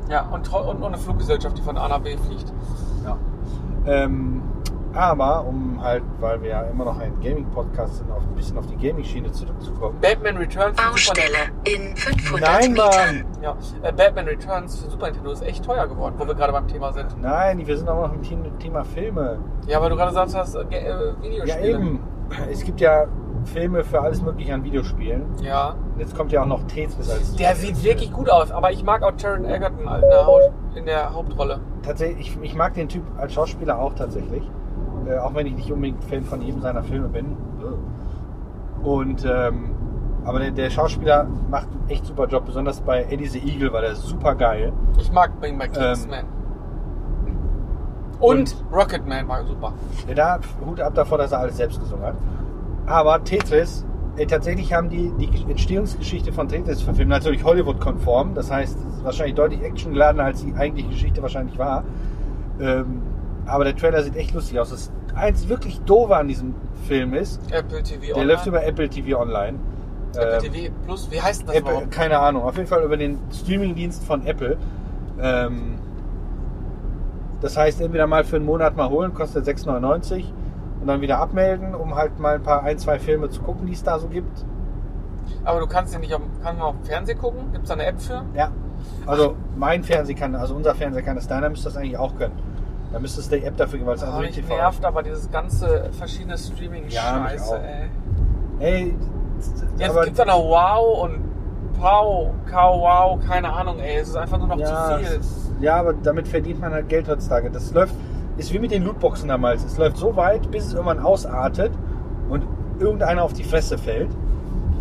Ja, und, tro- und, und eine Fluggesellschaft, die von A nach B fliegt. Ja. Ähm, aber um halt, weil wir ja immer noch ein Gaming-Podcast sind, auf, ein bisschen auf die Gaming-Schiene zurückzukommen. Batman Returns. für Baustelle in 500 Nein, Metern. Mann! Super, ja, äh, Batman Returns für Super Nintendo ist echt teuer geworden, wo wir gerade beim Thema sind. Nein, wir sind aber noch im Thema- Thema Filme. Ja, weil du gerade sagst, hast äh, Ge- äh, Ja, Videospiele. eben. Es gibt ja Filme für alles Mögliche an Videospielen. Ja. Und jetzt kommt ja auch noch Tetris als. Der sieht wirklich gut aus, aber ich mag auch Taron Egerton in der, Hau- in der Hauptrolle. Tatsächlich, ich, ich mag den Typ als Schauspieler auch tatsächlich. Äh, auch wenn ich nicht unbedingt Fan von jedem seiner Filme bin. Und, ähm, aber der, der Schauspieler macht einen echt super Job. Besonders bei Eddie the Eagle war der super geil. Ich mag Bring Back Ähm, Kingsman. und, Rocketman war super. Ja, da Hut ab davor, dass er alles selbst gesungen hat. Aber Tetris, äh, tatsächlich haben die die Entstehungsgeschichte von Tetris verfilmt. Natürlich Hollywood-konform, das heißt, es ist wahrscheinlich deutlich actiongeladener, als die eigentliche Geschichte wahrscheinlich war. Ähm, aber der Trailer sieht echt lustig aus. Das eins wirklich doofe an diesem Film ist, Apple TV der Online. läuft über Apple TV Online. Apple Ähm, TV Plus, wie heißt denn das Apple, überhaupt? keine Ahnung, auf jeden Fall über den Streamingdienst von Apple. Ähm, das heißt, entweder mal für einen Monat mal holen, kostet 6,99 und dann wieder abmelden, um halt mal ein paar, ein, zwei Filme zu gucken, die es da so gibt. Aber du kannst den nicht auf, kann man auf dem Fernseher gucken? Gibt es da eine App für? Ja. Also mein Fernseher kann, also unser Fernseher kann das, deiner müsste das eigentlich auch können. Da müsste es die App dafür geben, weil es Ah, also mich richtig nervt aber dieses ganze verschiedene Ja, mich Streaming-Scheiße, auch. ey. Ey, Jetzt aber- gibt's da noch Wow und Pau, Kau, Wow, keine Ahnung, ey. Es ist einfach nur noch Ja, zu es viel. ist- ja, aber damit verdient man halt Geld heutzutage. Das läuft, ist wie mit den Lootboxen damals. Es läuft so weit, bis es irgendwann ausartet und irgendeiner auf die Fresse fällt.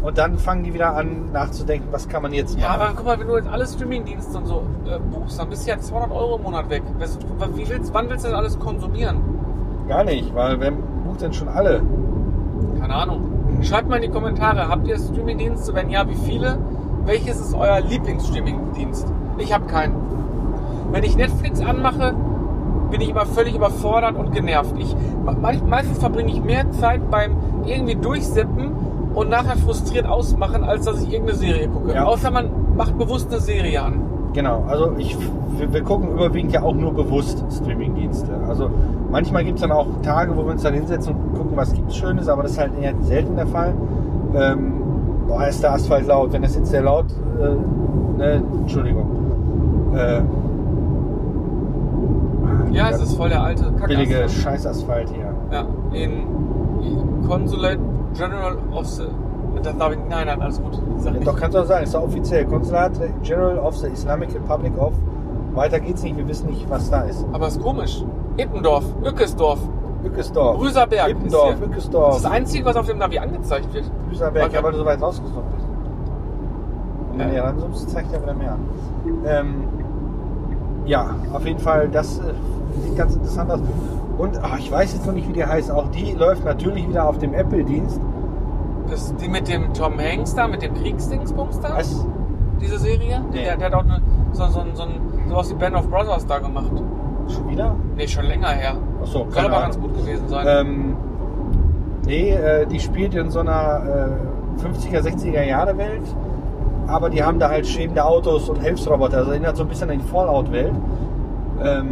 Und dann fangen die wieder an nachzudenken, was kann man jetzt Ja, machen. aber guck mal, wenn du jetzt alle Streaming-Dienste und so äh, buchst, dann bist du ja 200 Euro im Monat weg. Was- Wie willst, wann willst du denn alles konsumieren? Gar nicht, weil wer bucht denn schon alle? Keine Ahnung. Schreibt mal in die Kommentare, habt ihr Streaming-Dienste? Wenn ja, wie viele? Welches ist euer Lieblings-Streaming-Dienst? Ich habe keinen. Wenn ich Netflix anmache, bin ich immer völlig überfordert und genervt. Ich, me- meistens verbringe ich mehr Zeit beim irgendwie durchsippen und nachher frustriert ausmachen, als dass ich irgendeine Serie gucke. Ja. Außer man macht bewusst eine Serie an. Genau, also ich, wir, wir gucken überwiegend ja auch nur bewusst Streamingdienste. Also manchmal gibt es dann auch Tage, wo wir uns dann hinsetzen und gucken, was gibt's Schönes, aber das ist halt eher selten der Fall. Ähm, boah, ist der Asphalt laut. Wenn das jetzt sehr laut, äh, ne, Entschuldigung. Äh, Ja, es dieser ist voll der alte Kack. billige Scheißasphalt hier. Ja, in Consulate General of the. Das darf ich. Nein, nein, alles gut. Sag Ja, nicht. Doch kannst du auch sagen, ist doch offiziell Konsulat General of the Islamic Republic of. Weiter geht's nicht, wir wissen nicht, was da ist. Aber ist komisch. Ippendorf, Ückesdorf, Ückesdorf. Brüserberg. ist Ippendorf, hier. Das ist Ückesdorf. das Einzige, was auf dem Navi angezeigt wird. Büserberg, Okay. ja, weil du so weit rausgesucht bist. Wenn du Ja. näher ranzoomst, zeigt er wieder mehr an. Ähm, ja, auf jeden Fall, das äh, sieht ganz interessant aus. Und ah, ich weiß jetzt noch nicht, wie die heißt. Auch die läuft natürlich wieder auf dem Apple-Dienst. Das, die mit dem Tom Hanks da, mit dem Kriegsdingsbums da, Was? diese Serie. Nee. Der, der hat auch eine, so, so, so, ein- so aus wie Band of Brothers da gemacht. Schon wieder? Nee, schon länger her. Achso, Soll keine aber ganz Ahnung. gut gewesen sein. Ähm, nee, äh, die spielt in so einer äh, 50er, 60er Jahre Welt. Aber die haben da halt schwebende Autos und Hilfsroboter. Das erinnert so ein bisschen an die Fallout-Welt. Ähm,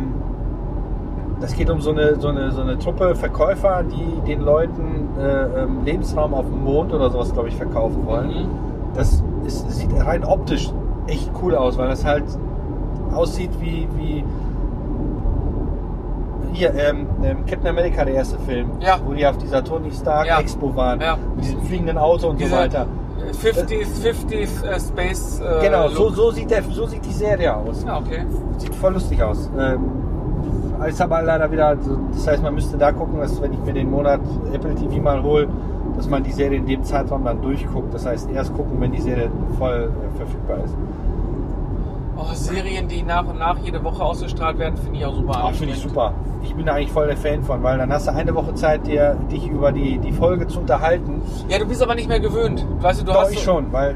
das geht um so eine, so, eine, so eine Truppe Verkäufer, die den Leuten äh, ähm, Lebensraum auf dem Mond oder sowas, glaube ich, verkaufen wollen. Mhm. Das ist, sieht rein optisch echt cool aus, weil das halt aussieht wie, wie hier, ähm, ähm, Captain America, der erste Film, Ja. wo die auf dieser Tony Stark Ja. Expo waren, Ja. mit diesem fliegenden Auto und Diese- so weiter. 50s, 50s äh, Space. Äh, Genau, so, Look. so, sieht der, so sieht die Serie aus. Ja, okay. Sieht voll lustig aus. Ähm, ist aber leider wieder, also, das heißt, man müsste da gucken, dass wenn ich mir den Monat Apple TV mal hole, dass man die Serie in dem Zeitraum dann durchguckt. Das heißt, erst gucken, wenn die Serie voll äh, verfügbar ist. Oh, Serien, die nach und nach jede Woche ausgestrahlt werden, finde ich auch super. Ach, Oh, finde ich anstrengend. super. Ich bin da eigentlich voll der Fan von, weil dann hast du eine Woche Zeit, dir, dich über die, die Folge zu unterhalten. Ja, du bist aber nicht mehr gewöhnt. Weißt du, du Doch, hast ich so- schon, weil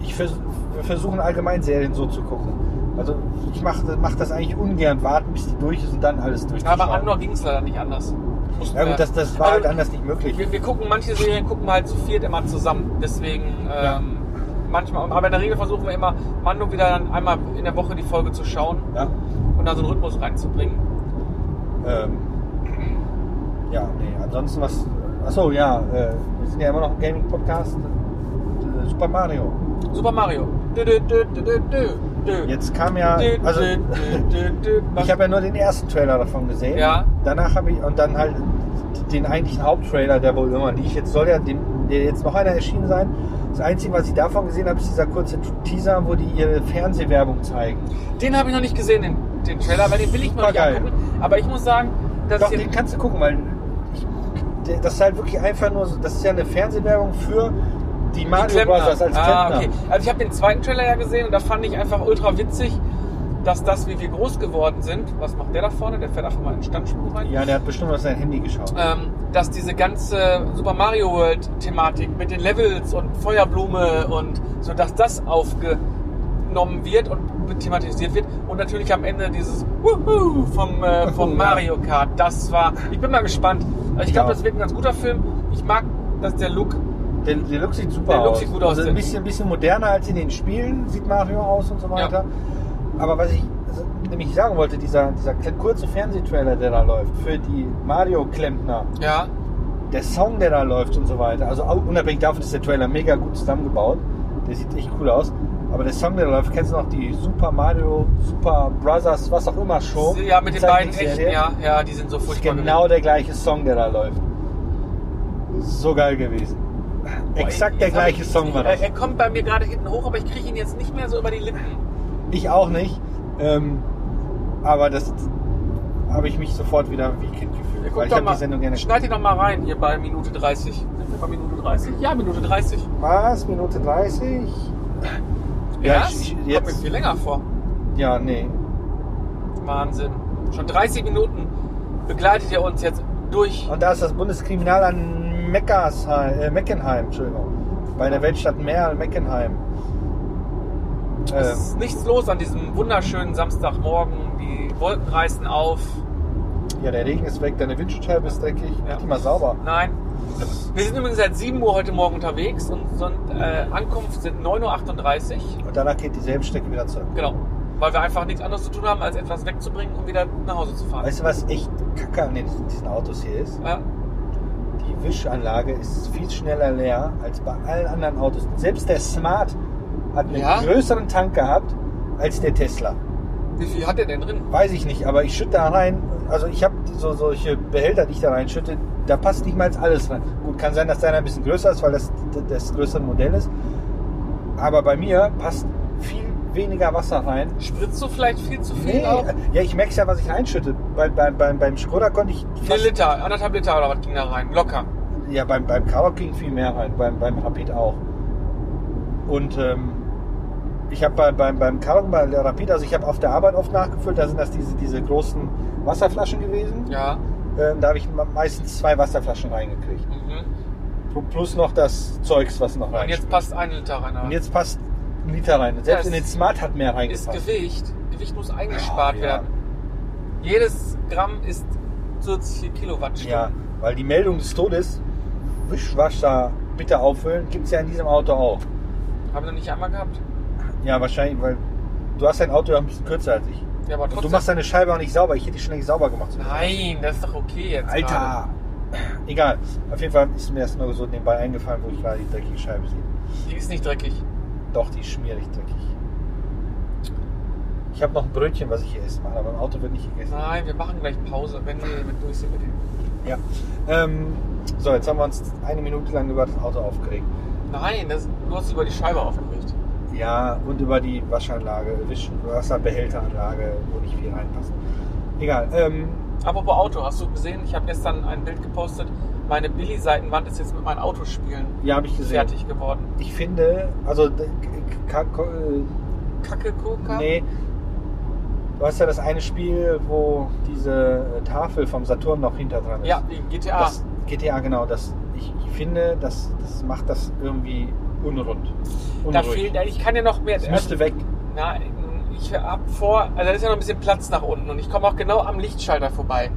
ich, ich vers wir versuchen allgemein Serien so zu gucken. Also ich mache mach das eigentlich ungern, warten, bis die durch ist und dann alles Ja, durchzuschauen. aber Andor Also ging es leider nicht anders. Mussten Ja wir- gut, das, das war Aber halt anders nicht möglich. Wir, wir gucken, manche Serien gucken wir halt zu viert immer zusammen. Deswegen Ja. ähm, manchmal, aber in der Regel versuchen wir immer, Mando wieder dann einmal in der Woche die Folge zu schauen Ja, und da so einen Rhythmus reinzubringen. ähm, ja nee, ansonsten was... Achso, ja, äh, wir sind ja immer noch ein Gaming-Podcast. Äh, Super Mario. Super Mario. Dö, dö, dö, dö, dö, dö, dö. Jetzt kam ja... Dö, dö, Also, dö, dö, dö. Ich habe ja nur den ersten Trailer davon gesehen. Ja. Danach habe ich und dann halt den eigentlichen Haupttrailer, der wohl immer liegt. Jetzt soll ja dem, der jetzt noch einer erschienen sein. Das Einzige, was ich davon gesehen habe, ist dieser kurze Teaser, wo die ihre Fernsehwerbung zeigen. den habe ich noch nicht gesehen, den, den Trailer, weil den will ich mir noch nicht Supergeil. angucken. Aber ich muss sagen, dass Doch, ich- den kannst du gucken, weil ich, der- das ist halt wirklich einfach nur, so- das ist ja eine Fernsehwerbung für die Die Mario Klempner. Brothers als Klempner. ah, okay. Also ich habe den zweiten Trailer ja gesehen und da fand ich einfach ultra witzig, dass das, wie wir groß geworden sind, was macht der da vorne? Der fährt einfach mal in den Standspur rein. Ja, der hat bestimmt auf sein Handy geschaut. Ähm, dass diese ganze Super Mario World Thematik mit den Levels und Feuerblume und so, dass das aufgenommen wird und thematisiert wird und natürlich am Ende dieses Wuhu vom, *laughs* äh, vom Mario Kart. Das war, ich bin mal gespannt. Ich glaube, Ja. das wird ein ganz guter Film. Ich mag, dass der Look Der, der Look sieht super Der Look aus. sieht gut aus, Also ja. ein bisschen, ein bisschen moderner als in den Spielen sieht Mario aus und so weiter. Aber was ich also, nämlich sagen wollte, dieser, dieser kle- kurze Fernsehtrailer, der da läuft, für die Mario-Klempner, ja, der Song, der da läuft und so weiter, also au- unabhängig davon ist der Trailer mega gut zusammengebaut. Der sieht echt cool aus. Aber der Song, der da läuft, kennst du noch die Super Mario, Super Brothers, was auch immer Show? ja mit den beiden echten, Zeichentrickserie? ja, ja, die sind so ist furchtbar. genau der gleiche Song, der da läuft. So geil gewesen. Exakt der Jetzt hab gleiche ich- Äh, Song war das. Er, er kommt bei mir gerade hinten hoch, aber ich kriege ihn jetzt nicht mehr so über die Lippen. Ich auch nicht. Ähm, aber das habe ich mich sofort wieder wie Kind Ja, gefühlt. guck Weil ich doch habe mal. die Sendung gerne Schneid ihn doch mal rein hier bei Minute 30. Sind wir bei Minute 30? Ja, Minute 30. Was? Minute 30? Ja, Erst? ich- ich- Kommt mir jetzt- viel länger vor. Ja, nee. Wahnsinn. Schon 30 Minuten begleitet ihr uns jetzt durch. Und da ist das Bundeskriminalamt Meckersheim, äh, Meckenheim, Entschuldigung. Bei der Weltstadt Merl, Meckenheim. Ähm, Äh. Es ist nichts los an diesem wunderschönen Samstagmorgen. Die Wolken reißen auf. Ähm, ja, der Regen ist weg, deine Windschutzscheibe ist dreckig. Ja. Mach die mal sauber. Nein. Wir sind übrigens seit 7 Uhr heute Morgen unterwegs und sind, äh, Ankunft sind 9.38 Uhr. Und danach geht dieselbe Strecke wieder zurück. Genau. Weil wir einfach nichts anderes zu tun haben, als etwas wegzubringen und wieder nach Hause zu fahren. Weißt du, was echt kacke an den- diesen Autos hier ist? Ja, Die Wischanlage ist viel schneller leer als bei allen anderen Autos. Selbst der Smart hat einen Ja? größeren Tank gehabt als der Tesla. wie viel hat der denn drin? Weiß ich nicht, aber ich schütte da rein. Also ich habe so solche Behälter, die ich da reinschütte. Da passt nicht mal alles rein. Gut, kann sein, dass deiner ein bisschen größer ist, weil das das, das größere Modell ist. Aber bei mir passt viel weniger Wasser rein. Spritzt du vielleicht viel zu viel? Nee, äh, auch? ja, ich merke ja, was ich reinschütte. Bei, bei, beim, beim Skoda konnte ich Vier fast Liter, anderthalb Liter oder was ging da rein? Locker. Ja, beim, beim Carver King viel mehr rein, beim, beim Rapid auch. Und ähm, ich habe bei, beim, beim Carver bei der Rapid, also ich habe auf der Arbeit oft nachgefüllt, da sind das diese, diese großen Wasserflaschen gewesen. Ja. Ähm, da habe ich me- meistens zwei Wasserflaschen reingekriegt. Mhm. Pl- Plus noch das Zeugs, was noch Und rein. jetzt passt ein Liter rein. Und aber jetzt passt ein Liter rein. Selbst Das in den Smart hat mehr Ist reingepasst. Gewicht. Gewicht muss eingespart Ja. werden. Jedes Gramm ist 40 Kilowattstunden. Ja, weil die Meldung des Todes, Wischwasser bitte auffüllen, gibt es ja in diesem Auto auch. Haben wir noch nicht einmal gehabt? Ja, wahrscheinlich, weil du hast dein Auto ja ein bisschen kürzer als ich. Ja, aber Und trotzdem. du machst deine Scheibe auch nicht sauber. Ich hätte die schon längst sauber gemacht. Nein, das ist doch okay jetzt. Gerade. Alter! Egal. Auf jeden Fall ist mir erst nur so nebenbei eingefallen, wo ich gerade die dreckige Scheibe sehe. Die ist nicht dreckig. Doch, die ist schmierig dreckig. Ich habe noch ein Brötchen, was ich hier essen mache, aber im Auto wird nicht gegessen. Nein, wir machen gleich Pause, wenn wir mit durch sind mit dem. Ja. Ähm, so, jetzt haben wir uns eine Minute lang über das Auto aufgeregt. Nein, das, du hast dich über die Scheibe aufgeregt. Ja, und über die Waschanlage, Wisch Wasserbehälteranlage, wo nicht viel reinpasst. Egal. Ähm, Apropos Auto, hast du gesehen? Ich habe gestern ein Bild gepostet. Meine Billy-Seitenwand ist jetzt mit meinen Autospielen ja, habe ich gesehen. fertig geworden. Ich finde, also k- k- k- Kacke Koka? Nee. Du hast ja das eine Spiel, wo diese äh, Tafel vom Saturn noch hinter dran ist. Ja, die GTA. Das GTA, genau. Das, ich, ich finde, das, das macht das irgendwie unrund. da Unruhig. fehlt, ich kann ja noch mehr. das müsste weg. Na, ich hab vor, also da ist ja noch ein bisschen Platz nach unten und ich komme auch genau am Lichtschalter vorbei.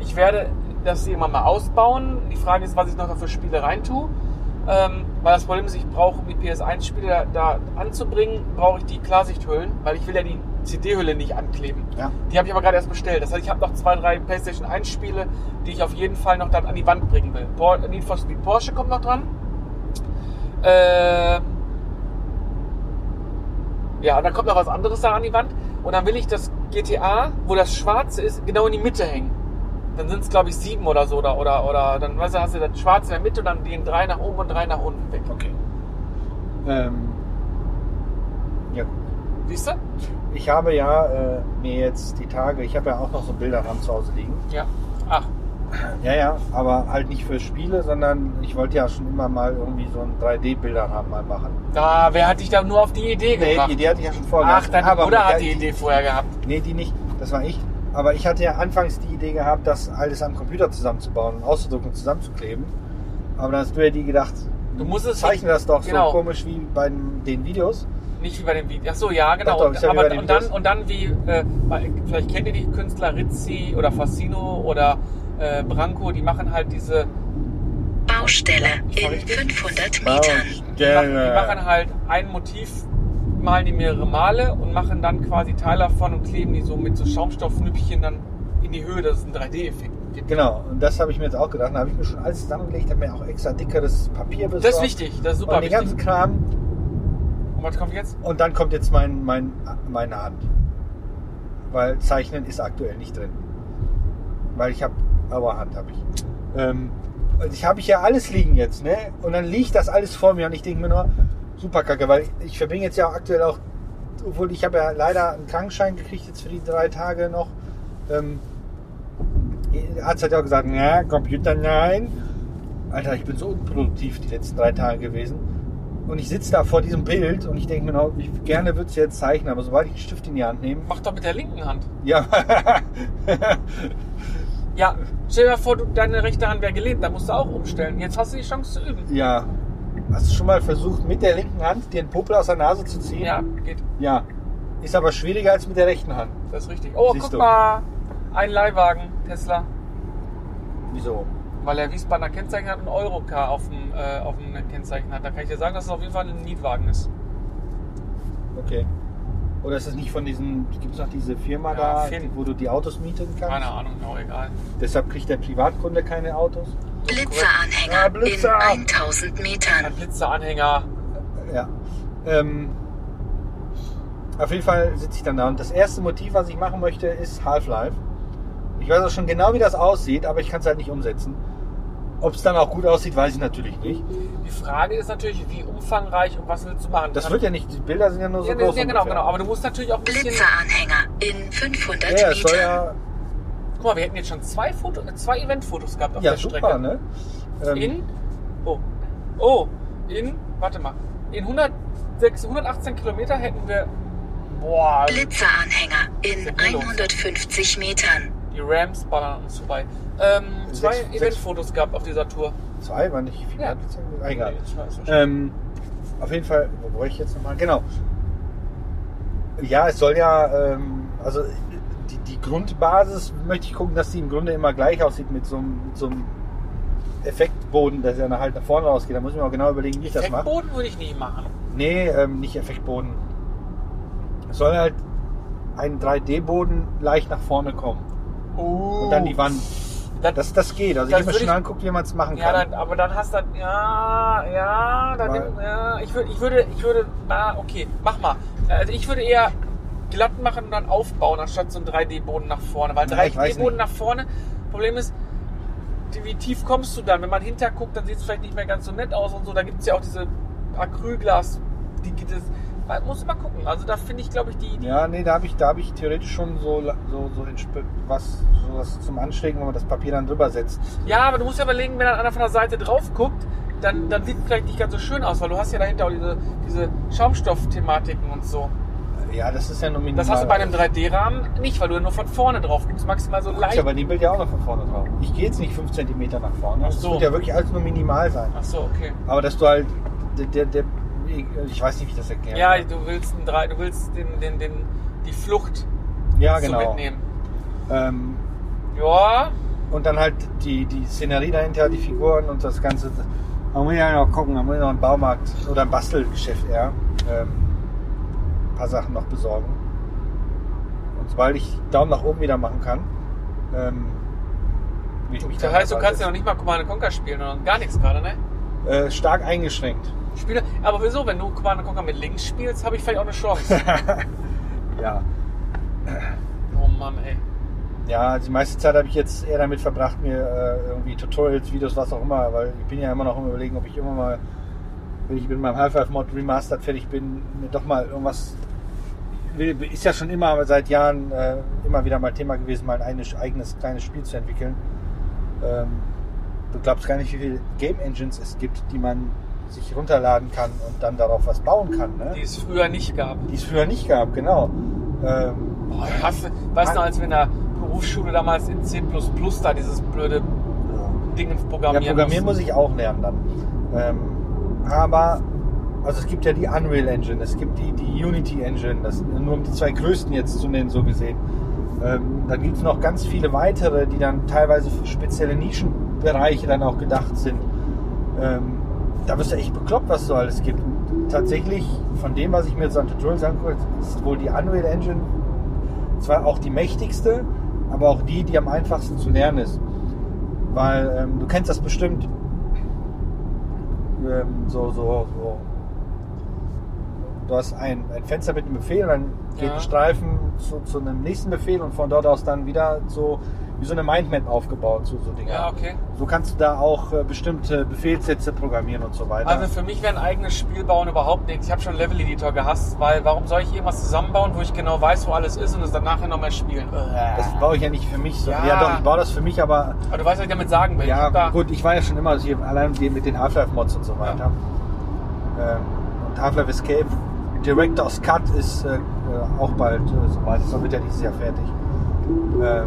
Ich werde das irgendwann mal ausbauen. Die Frage ist, was ich noch für Spiele reintue. Ähm, weil das Problem ist, ich brauche, um die PS1-Spiele da, da anzubringen, brauche ich die Klarsichthüllen, weil ich will ja die CD-Hülle nicht ankleben. Ja. Die habe ich aber gerade erst bestellt. Das heißt, ich habe noch zwei, drei PlayStation 1-Spiele, die ich auf jeden Fall noch dann an die Wand bringen will. Por Need for Speed Porsche kommt noch dran. Äh, ja, und dann kommt noch was anderes da an die Wand. Und dann will ich das GTA, wo das Schwarze ist, genau in die Mitte hängen. Dann sind es, glaube ich, sieben oder so. Oder, oder, oder dann weißt du, hast du das Schwarze in der Mitte und dann gehen drei nach oben und drei nach unten weg. Okay. Ähm, ja. Siehst du? Ich habe ja äh, mir jetzt die Tage, ich habe ja auch noch so einen Bilderrahmen zu Hause liegen. Ja. Ach, Ja, ja, aber halt nicht für Spiele, sondern ich wollte ja schon immer mal irgendwie so ein 3D-Bilder haben, mal machen. Na, wer hat dich da nur auf die Idee Nee, gebracht? die Idee hatte ich ja schon vorher. Ach, gehabt, dein aber Bruder mit hat der- die Idee vorher gehabt. Nee, die nicht. Das war ich. Aber ich hatte ja anfangs die Idee gehabt, das alles am Computer zusammenzubauen und auszudrucken und zusammenzukleben. Aber dann hast du ja die gedacht, Du musst es zeichne das doch genau. so komisch wie bei den den Videos. Nicht wie bei dem Video. Ach so, ja, genau. Doch, doch, ist ja wie bei aber den und dann Videos. und dann wie äh, weil- vielleicht kennt ihr die Künstler Rizzi oder Fassino oder äh, Branco, die machen halt diese Baustelle Ja, in richtig. 500 Metern. die machen, die Baustelle. machen halt ein Motiv malen die mehrere Male und machen dann quasi Teil davon und kleben die so mit so Schaumstoffnüppchen dann in die Höhe, dass es einen 3D-Effekt gibt. Genau, und das habe ich mir jetzt auch gedacht. Da habe ich mir schon alles zusammengelegt, habe mir auch extra dickeres Papier besorgt. Das ist wichtig, das ist super und den ganzen wichtig. Kram. Und was kommt jetzt? Und dann kommt jetzt mein, mein, meine Hand. Weil Zeichnen ist aktuell nicht drin. Weil ich habe, aber Hand habe ich. Ähm, und ich habe ich ja alles liegen jetzt, ne? Und dann liegt das alles vor mir und ich denke mir nur, super kacke, weil ich, ich verbringe jetzt ja auch aktuell auch, obwohl ich habe ja leider einen Krankenschein gekriegt jetzt für die drei Tage noch. Ähm, der Arzt hat ja auch gesagt, na, Computer nein. Alter, ich bin so unproduktiv die letzten drei Tage gewesen. Und ich sitze da vor diesem Bild und ich denke mir, noch, ich gerne würde es jetzt zeichnen, aber sobald ich einen Stift in die Hand nehme, Mach doch mit der linken Hand. ja, *laughs* Ja, stell dir mal vor, du, deine rechte Hand wäre gelähmt, dann musst du auch umstellen. Jetzt hast du die Chance zu üben. ja. Hast du schon mal versucht, mit der linken Hand den Popel aus der Nase zu ziehen? Ja, geht. Ja. Ist aber schwieriger als mit der rechten Hand. Das ist richtig. Oh, Siehst guck du. mal. Ein Leihwagen, Tesla. Wieso? Weil er Wiesbadener Kennzeichen hat und Eurocar auf dem, äh, auf dem Kennzeichen hat. Da kann ich dir sagen, dass es auf jeden Fall ein Mietwagen ist. Okay. Oder ist es nicht von diesen, gibt es noch diese Firma Ja, da, Finn. Genau. wo du die Autos mieten kannst? Keine Ahnung, auch egal. Deshalb kriegt der Privatkunde keine Autos? Ah, Blitzeranhänger in Blitzer. 1000 Metern. Ein Blitzeranhänger. Ja. Ähm, auf jeden Fall sitze ich dann da und das erste Motiv, was ich machen möchte, ist Half-Life. Ich weiß auch schon genau, wie das aussieht, aber ich kann es halt nicht umsetzen. Ob es dann auch gut aussieht, weiß ich natürlich nicht. Die Frage ist natürlich, wie umfangreich und was willst du machen? Das Kann- wird ja nicht, die Bilder sind ja nur so ja, groß. ja, genau, ungefähr. genau. Aber du musst natürlich auch ein bisschen. Blitzeranhänger in 500 Ja, es soll Metern. ja, Guck mal, wir hätten jetzt schon zwei, Foto, äh, zwei Eventfotos gehabt auf ja der super, Strecke. ne? Ähm, In. Oh. Oh. In. Warte mal. In 106, 118 Kilometer hätten wir. Boah, Blitzeranhänger in Sind wir los? 150 Metern. die Rams ballern an uns vorbei. Ähm, Sechs- zwei sechs- Eventfotos gehabt auf dieser Tour. zwei war nicht viel. Ja. hat jetzt- Ah, Egal. Nee, jetzt weiß ich. Ähm, auf jeden Fall, wo war ich jetzt nochmal? Genau. Ja, es soll ja, ähm, also die, die Grundbasis möchte ich gucken, dass die im Grunde immer gleich aussieht mit so einem, mit so einem Effektboden, dass er nach- halt nach vorne rausgeht. Da muss ich mir auch genau überlegen, wie ich das mache. Effektboden würde ich nie machen. Nee, ähm, nicht Effektboden. Es soll halt ein 3D-Boden leicht nach vorne kommen. Oh. Und dann die Wand. Dann, Das, das geht. Also ich Das habe mir würde schon ich- angeguckt, wie man es machen ja, kann. dann, aber dann hast du dann, ja, ja, dann, Weil- ja, ich würde, ich würde, ich würde, na, okay, mach mal. Also ich würde eher glatt machen und dann aufbauen, anstatt so einen 3D-Boden nach vorne. Weil Na, ich weiß 3D-Boden nicht. nach vorne, Problem ist, die- wie tief kommst du dann? Wenn man hinter guckt, dann sieht es vielleicht nicht mehr ganz so nett aus und so. Da gibt es ja auch diese Acrylglas, die gibt es. Man muss mal gucken. Also da finde ich, glaube ich, die, die Ja, nee, da habe ich, da hab ich theoretisch schon so, la- so, so in Sp- was so was zum Anstecken, wenn man das Papier dann drüber setzt. Ja, aber du musst ja überlegen, wenn dann einer von der Seite drauf guckt, dann, dann sieht es vielleicht nicht ganz so schön aus, weil du hast ja dahinter auch diese, diese Schaumstoffthematiken und so. Ja, das ist ja nur minimal. Das hast du bei einem 3D-Rahmen nicht, weil du ja nur von vorne drauf guckst, maximal so Ich leicht. aber dem Bild ja auch noch von vorne drauf. Ich gehe jetzt nicht 5 cm nach vorne. Ach Das so. wird ja wirklich alles nur minimal sein. Ach so, okay. Aber dass du halt, der, der, der ich weiß nicht, wie ich das erkläre. Ja, du willst, ein 3, du willst den, den, den, die Flucht ja so genau. mitnehmen. Ähm, Ja, und dann halt die, die Szenerie dahinter, die Figuren und das Ganze. Da muss ich ja noch gucken, da muss ich noch einen Baumarkt oder ein Bastelgeschäft eher ähm, ein paar Sachen noch besorgen. Und sobald ich Daumen nach oben wieder machen kann, ähm, will ich mich das dann heißt, du kannst ja noch nicht mal Command Conquer spielen oder gar nichts gerade, ne? äh, stark eingeschränkt. Spiele, aber wieso, wenn du Command Conquer mit links spielst, habe ich vielleicht auch eine Chance. Ja. oh Mann, ey. Ja, die meiste Zeit habe ich jetzt eher damit verbracht, mir äh, irgendwie Tutorials, Videos, was auch immer, weil ich bin ja immer noch am überlegen, ob ich immer mal, wenn ich mit meinem Half-Life-Mod Remastered fertig bin, mir doch mal irgendwas. will- Ist ja schon immer seit Jahren äh, immer wieder mal Thema gewesen, mal ein eigenes, eigenes kleines Spiel zu entwickeln. Ähm, du glaubst gar nicht, wie viele Game Engines es gibt, die man sich runterladen kann und dann darauf was bauen kann. Ne? die es früher nicht gab. Die es früher nicht gab, genau. Ähm, Boah, ich hasse, weißt du, als wir in der Berufsschule damals in C++ da dieses blöde Ding ins ja, Programmieren mussten. programmieren muss ich auch lernen dann. Ähm, aber, also es gibt ja die Unreal Engine, es gibt die, die Unity Engine, das nur um die zwei größten jetzt zu nennen, so gesehen. Ähm, dann gibt es noch ganz viele weitere, die dann teilweise für spezielle Nischenbereiche dann auch gedacht sind. Ähm, da wirst du echt bekloppt, was es so alles gibt. Und tatsächlich, von dem, was ich mir jetzt an Tutorials angucke, ist wohl die Unreal Engine zwar auch die mächtigste, aber auch die, die am einfachsten zu lernen ist. Weil ähm, du kennst das bestimmt. Ähm, so, so, so. Du hast ein, ein Fenster mit einem Befehl, dann geht Ja. ein Streifen zu, zu einem nächsten Befehl und von dort aus dann wieder so wie so eine Mindmap aufgebaut, so, so Dinger. Ja, okay. So kannst du da auch äh, bestimmte Befehlssätze programmieren und so weiter. Also für mich wäre ein eigenes Spiel bauen überhaupt nichts. Ich habe schon Level Editor gehasst, weil warum soll ich irgendwas zusammenbauen, wo ich genau weiß, wo alles ist und es dann nachher nochmal spielen? Äh. das baue ich ja nicht für mich. So. Ja. Ja. doch, ich baue das für mich, aber Aber du weißt, was ich damit sagen will. Ich ja, hab da, gut, ich war ja schon immer hier allein die- mit den Half-Life-Mods und so weiter. Ähm, und Half-Life Escape, Director's Cut ist äh, äh, auch bald äh, soweit. Das wird ja dieses Jahr fertig. Ähm,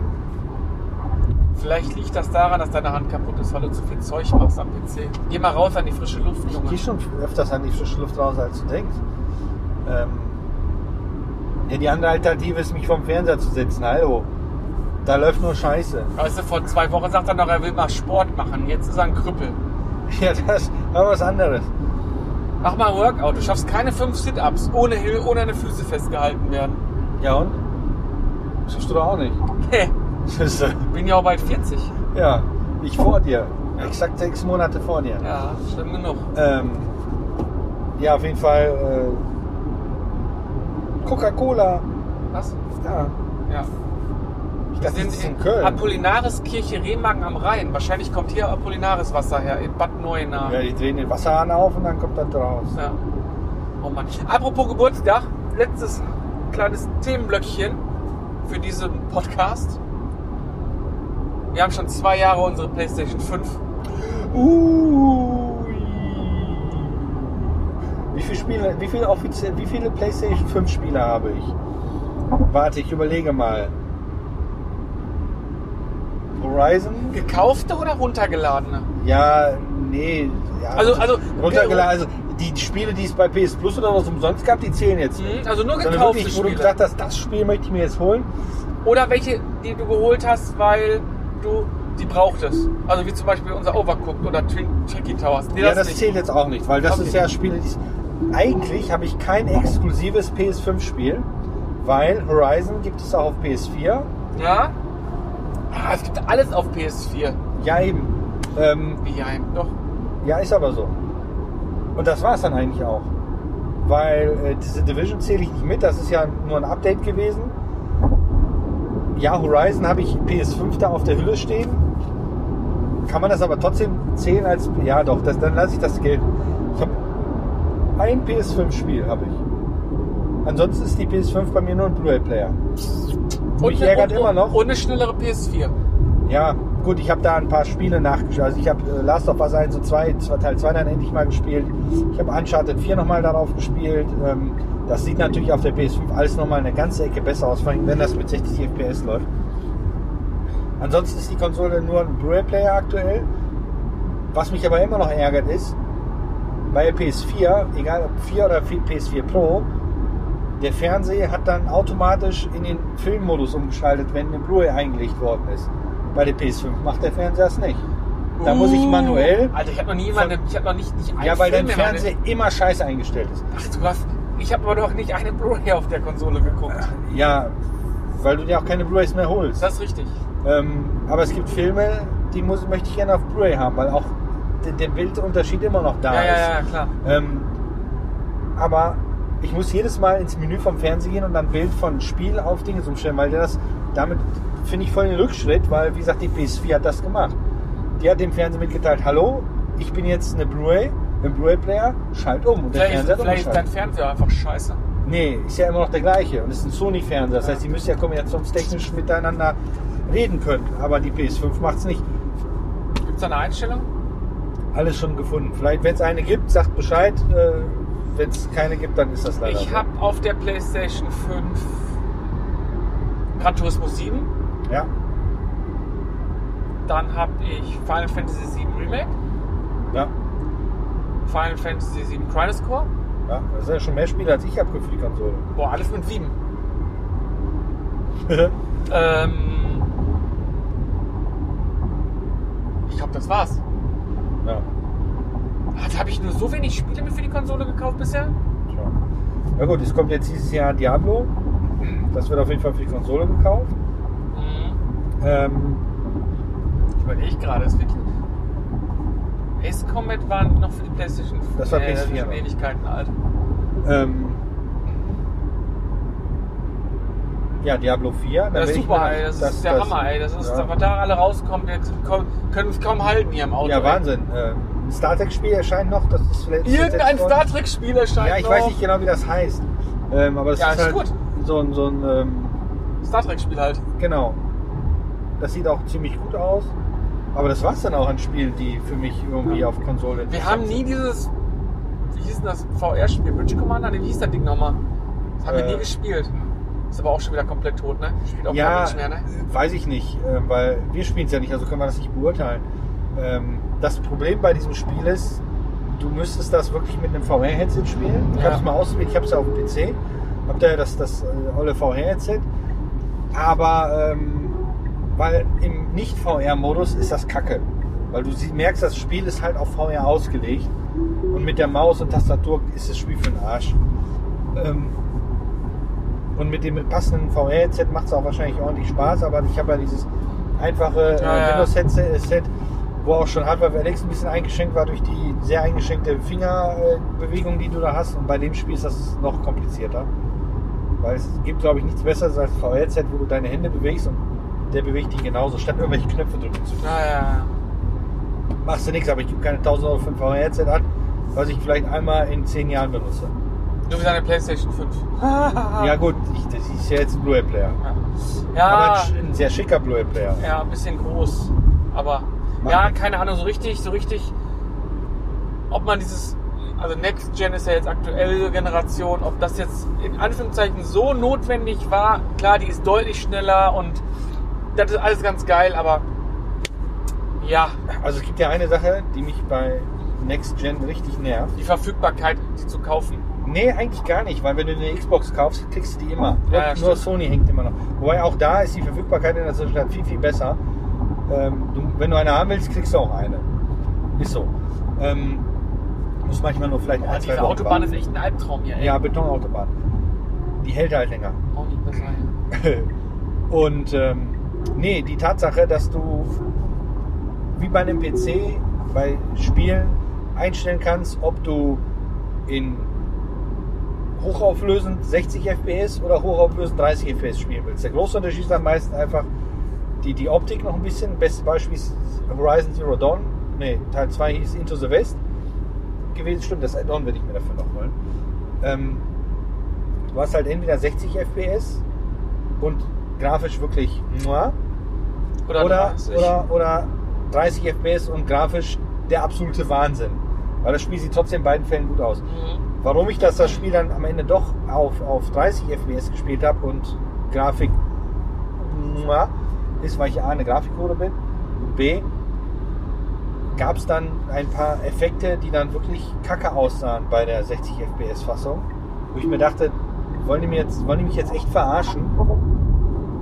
Vielleicht liegt das daran, dass deine Hand kaputt ist, weil du zu viel Zeug machst am PC. Geh mal raus an die frische Luft, Ich Junge. gehe schon öfters an die frische Luft raus, als du denkst. Ähm, ja, die andere Alternative ist, mich vom Fernseher zu setzen. Hallo. Da läuft nur Scheiße. Weißt du, vor zwei Wochen sagt er noch, er will mal Sport machen. Jetzt ist er ein Krüppel. Ja, das war was anderes. Mach mal Workout. Du schaffst keine fünf Sit-Ups ohne Hill, ohne deine Füße festgehalten werden. *laughs* Ja und? Das schaffst du doch auch nicht. Hä, Das ist, äh, bin ja auch bald 40. ja, ich vor dir. Exakt sechs Monate vor dir. Ja, schlimm genug. Ähm, ja, auf jeden Fall äh, Coca-Cola. Was? Ja, Ja. ich Wir dachte, das ist in in Köln. Apollinaris Kirche Remagen am Rhein. Wahrscheinlich kommt hier Apollinaris Wasser her, in Bad Neuenahr. Ja, die drehen den Wasserhahn auf und dann kommt das raus. Ja. Oh Mann. Apropos Geburtstag, letztes kleines Themenblöckchen für diesen Podcast. Wir haben schon zwei Jahre unsere PlayStation 5. Uh, wie viele Spiele, wie viele offiziell, wie viele PlayStation 5 Spiele habe ich? Warte, ich überlege mal. Horizon? Gekaufte oder runtergeladene? Ja, nee. Ja, Also- also- runtergeladen. Also die Spiele, die es bei PS Plus oder was umsonst gab, die zählen jetzt. nicht. Mhm, also nur Sondern gekaufte wirklich, wo Spiele. du gesagt hast, das Spiel möchte ich mir jetzt holen. Oder welche, die du geholt hast, weil du die brauchtest. Also wie zum Beispiel unser Overcooked oder Twin Tricky Towers. Nee, ja, das nicht. zählt jetzt auch nicht, weil das Okay. ist ja Spiele, die eigentlich habe ich kein exklusives PS5-Spiel, weil Horizon gibt es auch auf PS4. Ja? Ah, es gibt alles auf PS4. Ja eben. Ähm, Wie ja, doch. ja, ist aber so. Und das war es dann eigentlich auch, weil äh, diese Division zähle ich nicht mit. Das ist ja nur ein Update gewesen. Ja, Horizon habe ich PS5 da auf der Hülle stehen. Kann man das aber trotzdem zählen als ja doch? Das, dann lasse ich das gelten. Ich habe ein PS5-Spiel habe ich. Ansonsten ist die PS5 bei mir nur ein Blu-ray-Player. Und Mich eine- ärgert und, immer noch- Und eine schnellere PS4. Ja, gut, ich habe da ein paar Spiele nachgespielt. Also ich habe äh, Last of Us 1 und 2, zwei- Teil 2 dann endlich mal gespielt. Ich habe Uncharted 4 nochmal darauf gespielt. Ähm, das sieht natürlich auf der PS5 alles nochmal eine ganze Ecke besser aus, vor allem wenn das mit 60 FPS läuft. Ansonsten ist die Konsole nur ein Blu-ray-Player aktuell. Was mich aber immer noch ärgert ist, bei PS4, egal ob 4 oder PS4 Pro, der Fernseher hat dann automatisch in den Filmmodus umgeschaltet, wenn eine Blu-ray eingelegt worden ist. Bei der PS5 macht der Fernseher das nicht. Da muss ich Uh, manuell, Alter, ich habe noch nie jemanden, ich habe noch nicht, nicht einen ja, weil Film dein in meine- Fernseher immer scheiße eingestellt ist. Ach, du hast, ich habe aber doch nicht eine Blu-ray auf der Konsole geguckt. Ja, weil du dir auch keine Blu-rays mehr holst. Das ist richtig. Ähm, aber es gibt Filme, die muss, möchte ich gerne auf Blu-ray haben, weil auch der, der Bildunterschied immer noch da ja, ist. ja, ja, klar. Ähm, aber ich muss jedes Mal ins Menü vom Fernseher gehen und dann Bild von Spiel auf Dinge umstellen, weil der das damit finde ich voll den Rückschritt, weil wie gesagt, die PS4 hat das gemacht. Die hat dem Fernseher mitgeteilt, hallo, ich bin jetzt eine Blu-ray, ein Blu-ray-Player, schalt um. Und der Vielleicht, Fernseher hat vielleicht ist dein umgeschaltet. Fernseher einfach scheiße. Nee, ist ja immer noch der gleiche und ist ein Sony-Fernseher. Das heißt, die müssen ja kommunikationstechnisch miteinander reden können, aber die PS5 macht es nicht. Gibt es da eine Einstellung? Alles schon gefunden. Vielleicht, wenn es eine gibt, sagt Bescheid. Äh, wenn es keine gibt, dann ist das leider. Ich so. habe auf der PlayStation 5 Gran Turismo 7. Ja. Dann habe ich Final Fantasy 7 Remake, Ja. Final Fantasy 7 Crinoscore. Ja, das sind ja schon mehr Spiele als ich habe für die Konsole. Boah, alles mit 7. Ähm, ich glaube, das war's. *laughs* ja, Also habe ich nur so wenig Spiele mir für die Konsole gekauft bisher? tja. Na gut, es kommt jetzt dieses Jahr Diablo. Das wird auf jeden Fall für die Konsole gekauft. Mhm. Ähm, Ich überlege gerade, das ist wirklich. Ace Combat war noch für die PlayStation Das war Nee, PS4, ist schon ne? Ewigkeiten alt. ähm, ja, Diablo 4. dann Das will ist ich super, mir- ey. Das, ist der Hammer, ey. Das ist, ja. was da alle rauskommen, wir kommen- können uns kaum halten hier im Auto. Ja, ey. Wahnsinn. Ähm, ein Star Trek-Spiel erscheint noch. Das ist vielleicht Irgendein Star Trek-Spiel erscheint. Ja, ich noch. weiß nicht genau, wie das heißt. Ähm, aber das Ja, ist, ist halt gut. so ein, so ein ähm, Star Trek-Spiel halt. Genau. Das sieht auch ziemlich gut aus. Aber das war es dann auch an Spielen, die für mich irgendwie auf Konsole Wir interessant haben sind. nie dieses. Wie hieß denn das? VR-Spiel? Bridge Commander? Nee, wie hieß das Ding nochmal? Das haben wir Äh. nie gespielt. Ist aber auch schon wieder komplett tot, ne? Spielt auch kein Ja, Mensch mehr, ne? weiß ich nicht, äh, weil wir spielen es ja nicht, also können wir das nicht beurteilen. Ähm, Das Problem bei diesem Spiel ist, du müsstest das wirklich mit einem VR-Headset spielen. Ich Ja. habe es mal ausprobiert, ich habe es ja auf dem PC, habe da ja das, das äh, olle VR-Headset. Aber ähm, weil im Nicht-VR-Modus ist das Kacke. Weil du sie- merkst, das Spiel ist halt auf VR ausgelegt. Und mit der Maus und Tastatur ist das Spiel für den Arsch. Ähm, und mit dem passenden VR-Headset macht es auch wahrscheinlich ordentlich Spaß, aber ich habe ja dieses einfache äh, Ja, ja. Windows-Headset, Set, wo auch schon Hardware Alex ein bisschen eingeschränkt war durch die sehr eingeschränkte Fingerbewegung, die du da hast. Und bei dem Spiel ist das noch komplizierter. Weil es gibt, glaube ich, nichts Besseres als VR-Headset, wo du deine Hände bewegst und der bewegt die genauso, statt irgendwelche Knöpfe drücken zu Ja, ja, ja. Machst du nichts, aber ich gebe keine 1000 Euro für ein VR-Headset an, was ich vielleicht einmal in 10 Jahren benutze. Nur wie seine PlayStation 5. Ah. Ja gut, ich, das ist ja jetzt ein Blu-ray-Player. Aber Ja, ein, sch- ein sehr schicker Blu-ray-Player. ja, ein bisschen groß. Aber Macht ja, nichts. keine Ahnung, so richtig, so richtig, ob man dieses, also Next Gen ist ja jetzt aktuelle Generation, ob das jetzt in Anführungszeichen so notwendig war. Klar, die ist deutlich schneller und das ist alles ganz geil, aber ja, Also es gibt ja eine Sache, die mich bei Next Gen richtig nervt. die Verfügbarkeit, die zu kaufen. Nee, eigentlich gar nicht, weil wenn du eine Xbox kaufst, kriegst du die immer. Ja, ja, Nur stimmt. Sony hängt immer noch. Wobei auch da ist die Verfügbarkeit in der Zwischenzeit viel, viel besser. Ähm, du, wenn du eine haben willst, kriegst du auch eine. Ist so. Ähm, muss manchmal nur vielleicht Boah, ein, zwei diese Wochen Autobahn ist warten. echt ein Albtraum hier, ey. Ja, Betonautobahn. Die hält halt länger. Auch nicht besser, ja. *laughs* Und ähm, nee, die Tatsache, dass du wie bei einem PC bei Spielen einstellen kannst, ob du in hochauflösend 60 FPS oder hochauflösend 30 FPS spielen willst. Der große Unterschied ist am meisten einfach die, die Optik noch ein bisschen. Bestes Beispiel ist Horizon Zero Dawn. Nee, Teil 2 hieß Into the West gewesen. Stimmt, das Add-on würde ich mir dafür noch holen. Ähm, du hast halt entweder 60 FPS und grafisch wirklich mua, Oder, oder, 30. oder, oder 30 FPS und grafisch der absolute Wahnsinn. Weil das Spiel sieht trotzdem in beiden Fällen gut aus. Mhm. Warum ich das, das Spiel dann am Ende doch auf, auf 30 FPS gespielt habe und Grafik mua, ist, weil ich A, eine Grafikkode bin und B, gab es dann ein paar Effekte, die dann wirklich kacke aussahen bei der 60 FPS Fassung, wo ich mir dachte, wollen die, mir jetzt, wollen die mich jetzt echt verarschen?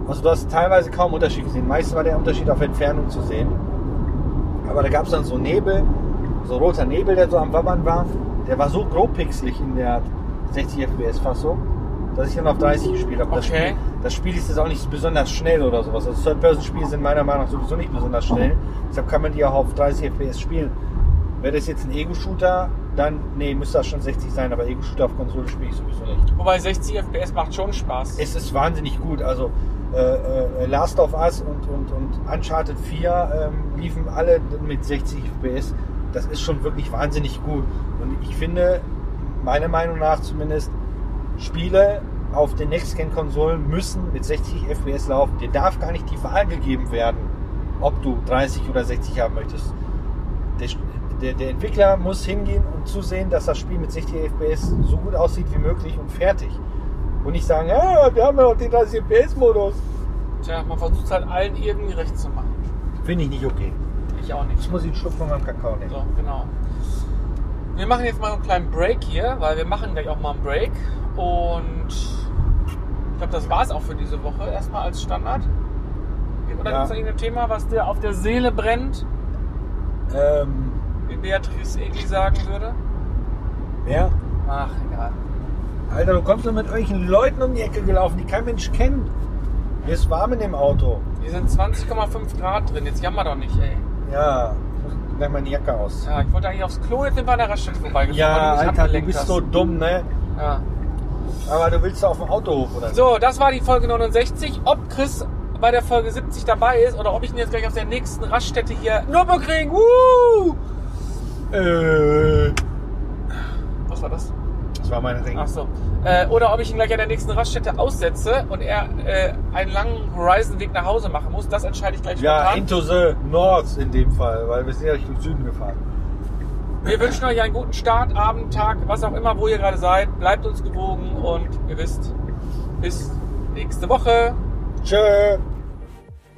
Also du hast teilweise kaum Unterschied gesehen. Meistens war der Unterschied auf Entfernung zu sehen. Aber da gab es dann so Nebel, so roter Nebel, der so am Wabbern war. Der war so grob pixelig in der 60 FPS Fassung, dass ich dann auf 30 gespielt habe. Das, Okay. Spiel, das Spiel ist jetzt auch nicht besonders schnell oder sowas. Also Third-Person-Spiele sind meiner Meinung nach sowieso nicht besonders schnell. Deshalb kann man die auch auf 30 FPS spielen. Wäre das jetzt ein Ego-Shooter, dann, nee, müsste das schon 60 sein, aber Ego-Shooter auf Konsole spiele ich sowieso nicht. Wobei 60 FPS macht schon Spaß. Es ist wahnsinnig gut. Also äh, äh, Last of Us und, und, und Uncharted 4 ähm, liefen alle mit 60 FPS. Das ist schon wirklich wahnsinnig gut. Und ich finde, meiner Meinung nach zumindest, Spiele auf den Next-Gen-Konsolen müssen mit 60 FPS laufen. Dir darf gar nicht die Wahl gegeben werden, ob du 30 oder 60 haben möchtest. der, der, der Entwickler muss hingehen und zusehen, dass das Spiel mit 60 FPS so gut aussieht wie möglich und fertig. Und nicht sagen, ja, wir haben ja noch den 30 FPS-Modus. Tja, man versucht es halt allen irgendwie recht zu machen. Finde ich nicht okay. Ich auch Ich nicht. muss ich einen Schluck von meinem Kakao nehmen. So, genau. Wir machen jetzt mal einen kleinen Break hier, weil wir machen gleich auch mal einen Break. Und ich glaube, das war's auch für diese Woche erstmal als Standard. Oder Ja. gibt's da irgendein Thema, was dir auf der Seele brennt, Ähm, wie Beatrice Egli sagen würde? ja. Ach, egal. Alter, du kommst nur mit irgendwelchen Leuten um die Ecke gelaufen, die kein Mensch kennt. Mir ist warm in dem Auto. Hier sind 20,5 Grad drin, jetzt jammer doch nicht, ey. Ja, ich muss gleich meine Jacke aus. Ja, ich wollte eigentlich aufs Klo, jetzt sind wir an der Raststätte vorbeigefahren. weil Ja, mich Alter, du abgelenkt bist hast. so dumm, ne? Ja. Aber du willst doch auf dem Autohof, oder? So, das war die Folge 69. Ob Chris bei der Folge 70 dabei ist oder ob ich ihn jetzt gleich auf der nächsten Raststätte hier Nürburgring. Woo! Äh, Was war das? das war meine Ding. Ach so. Äh, oder ob ich ihn gleich an der nächsten Raststätte aussetze und er äh, einen langen Horizon-Weg nach Hause machen muss. Das entscheide ich gleich Ja, spontan. into the North in dem Fall, weil wir sind ja Richtung Süden gefahren. Wir wünschen euch einen guten Start, Abend, Tag, was auch immer, wo ihr gerade seid. Bleibt uns gewogen und ihr wisst, bis nächste Woche. Tschö.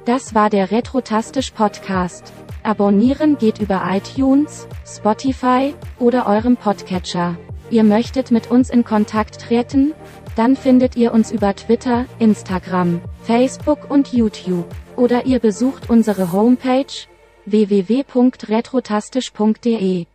Das war der Retrotastisch Podcast. Abonnieren geht über iTunes, Spotify oder eurem Podcatcher. Ihr möchtet mit uns in Kontakt treten? Dann findet ihr uns über Twitter, Instagram, Facebook und YouTube. Oder ihr besucht unsere Homepage www.retrotastisch.de.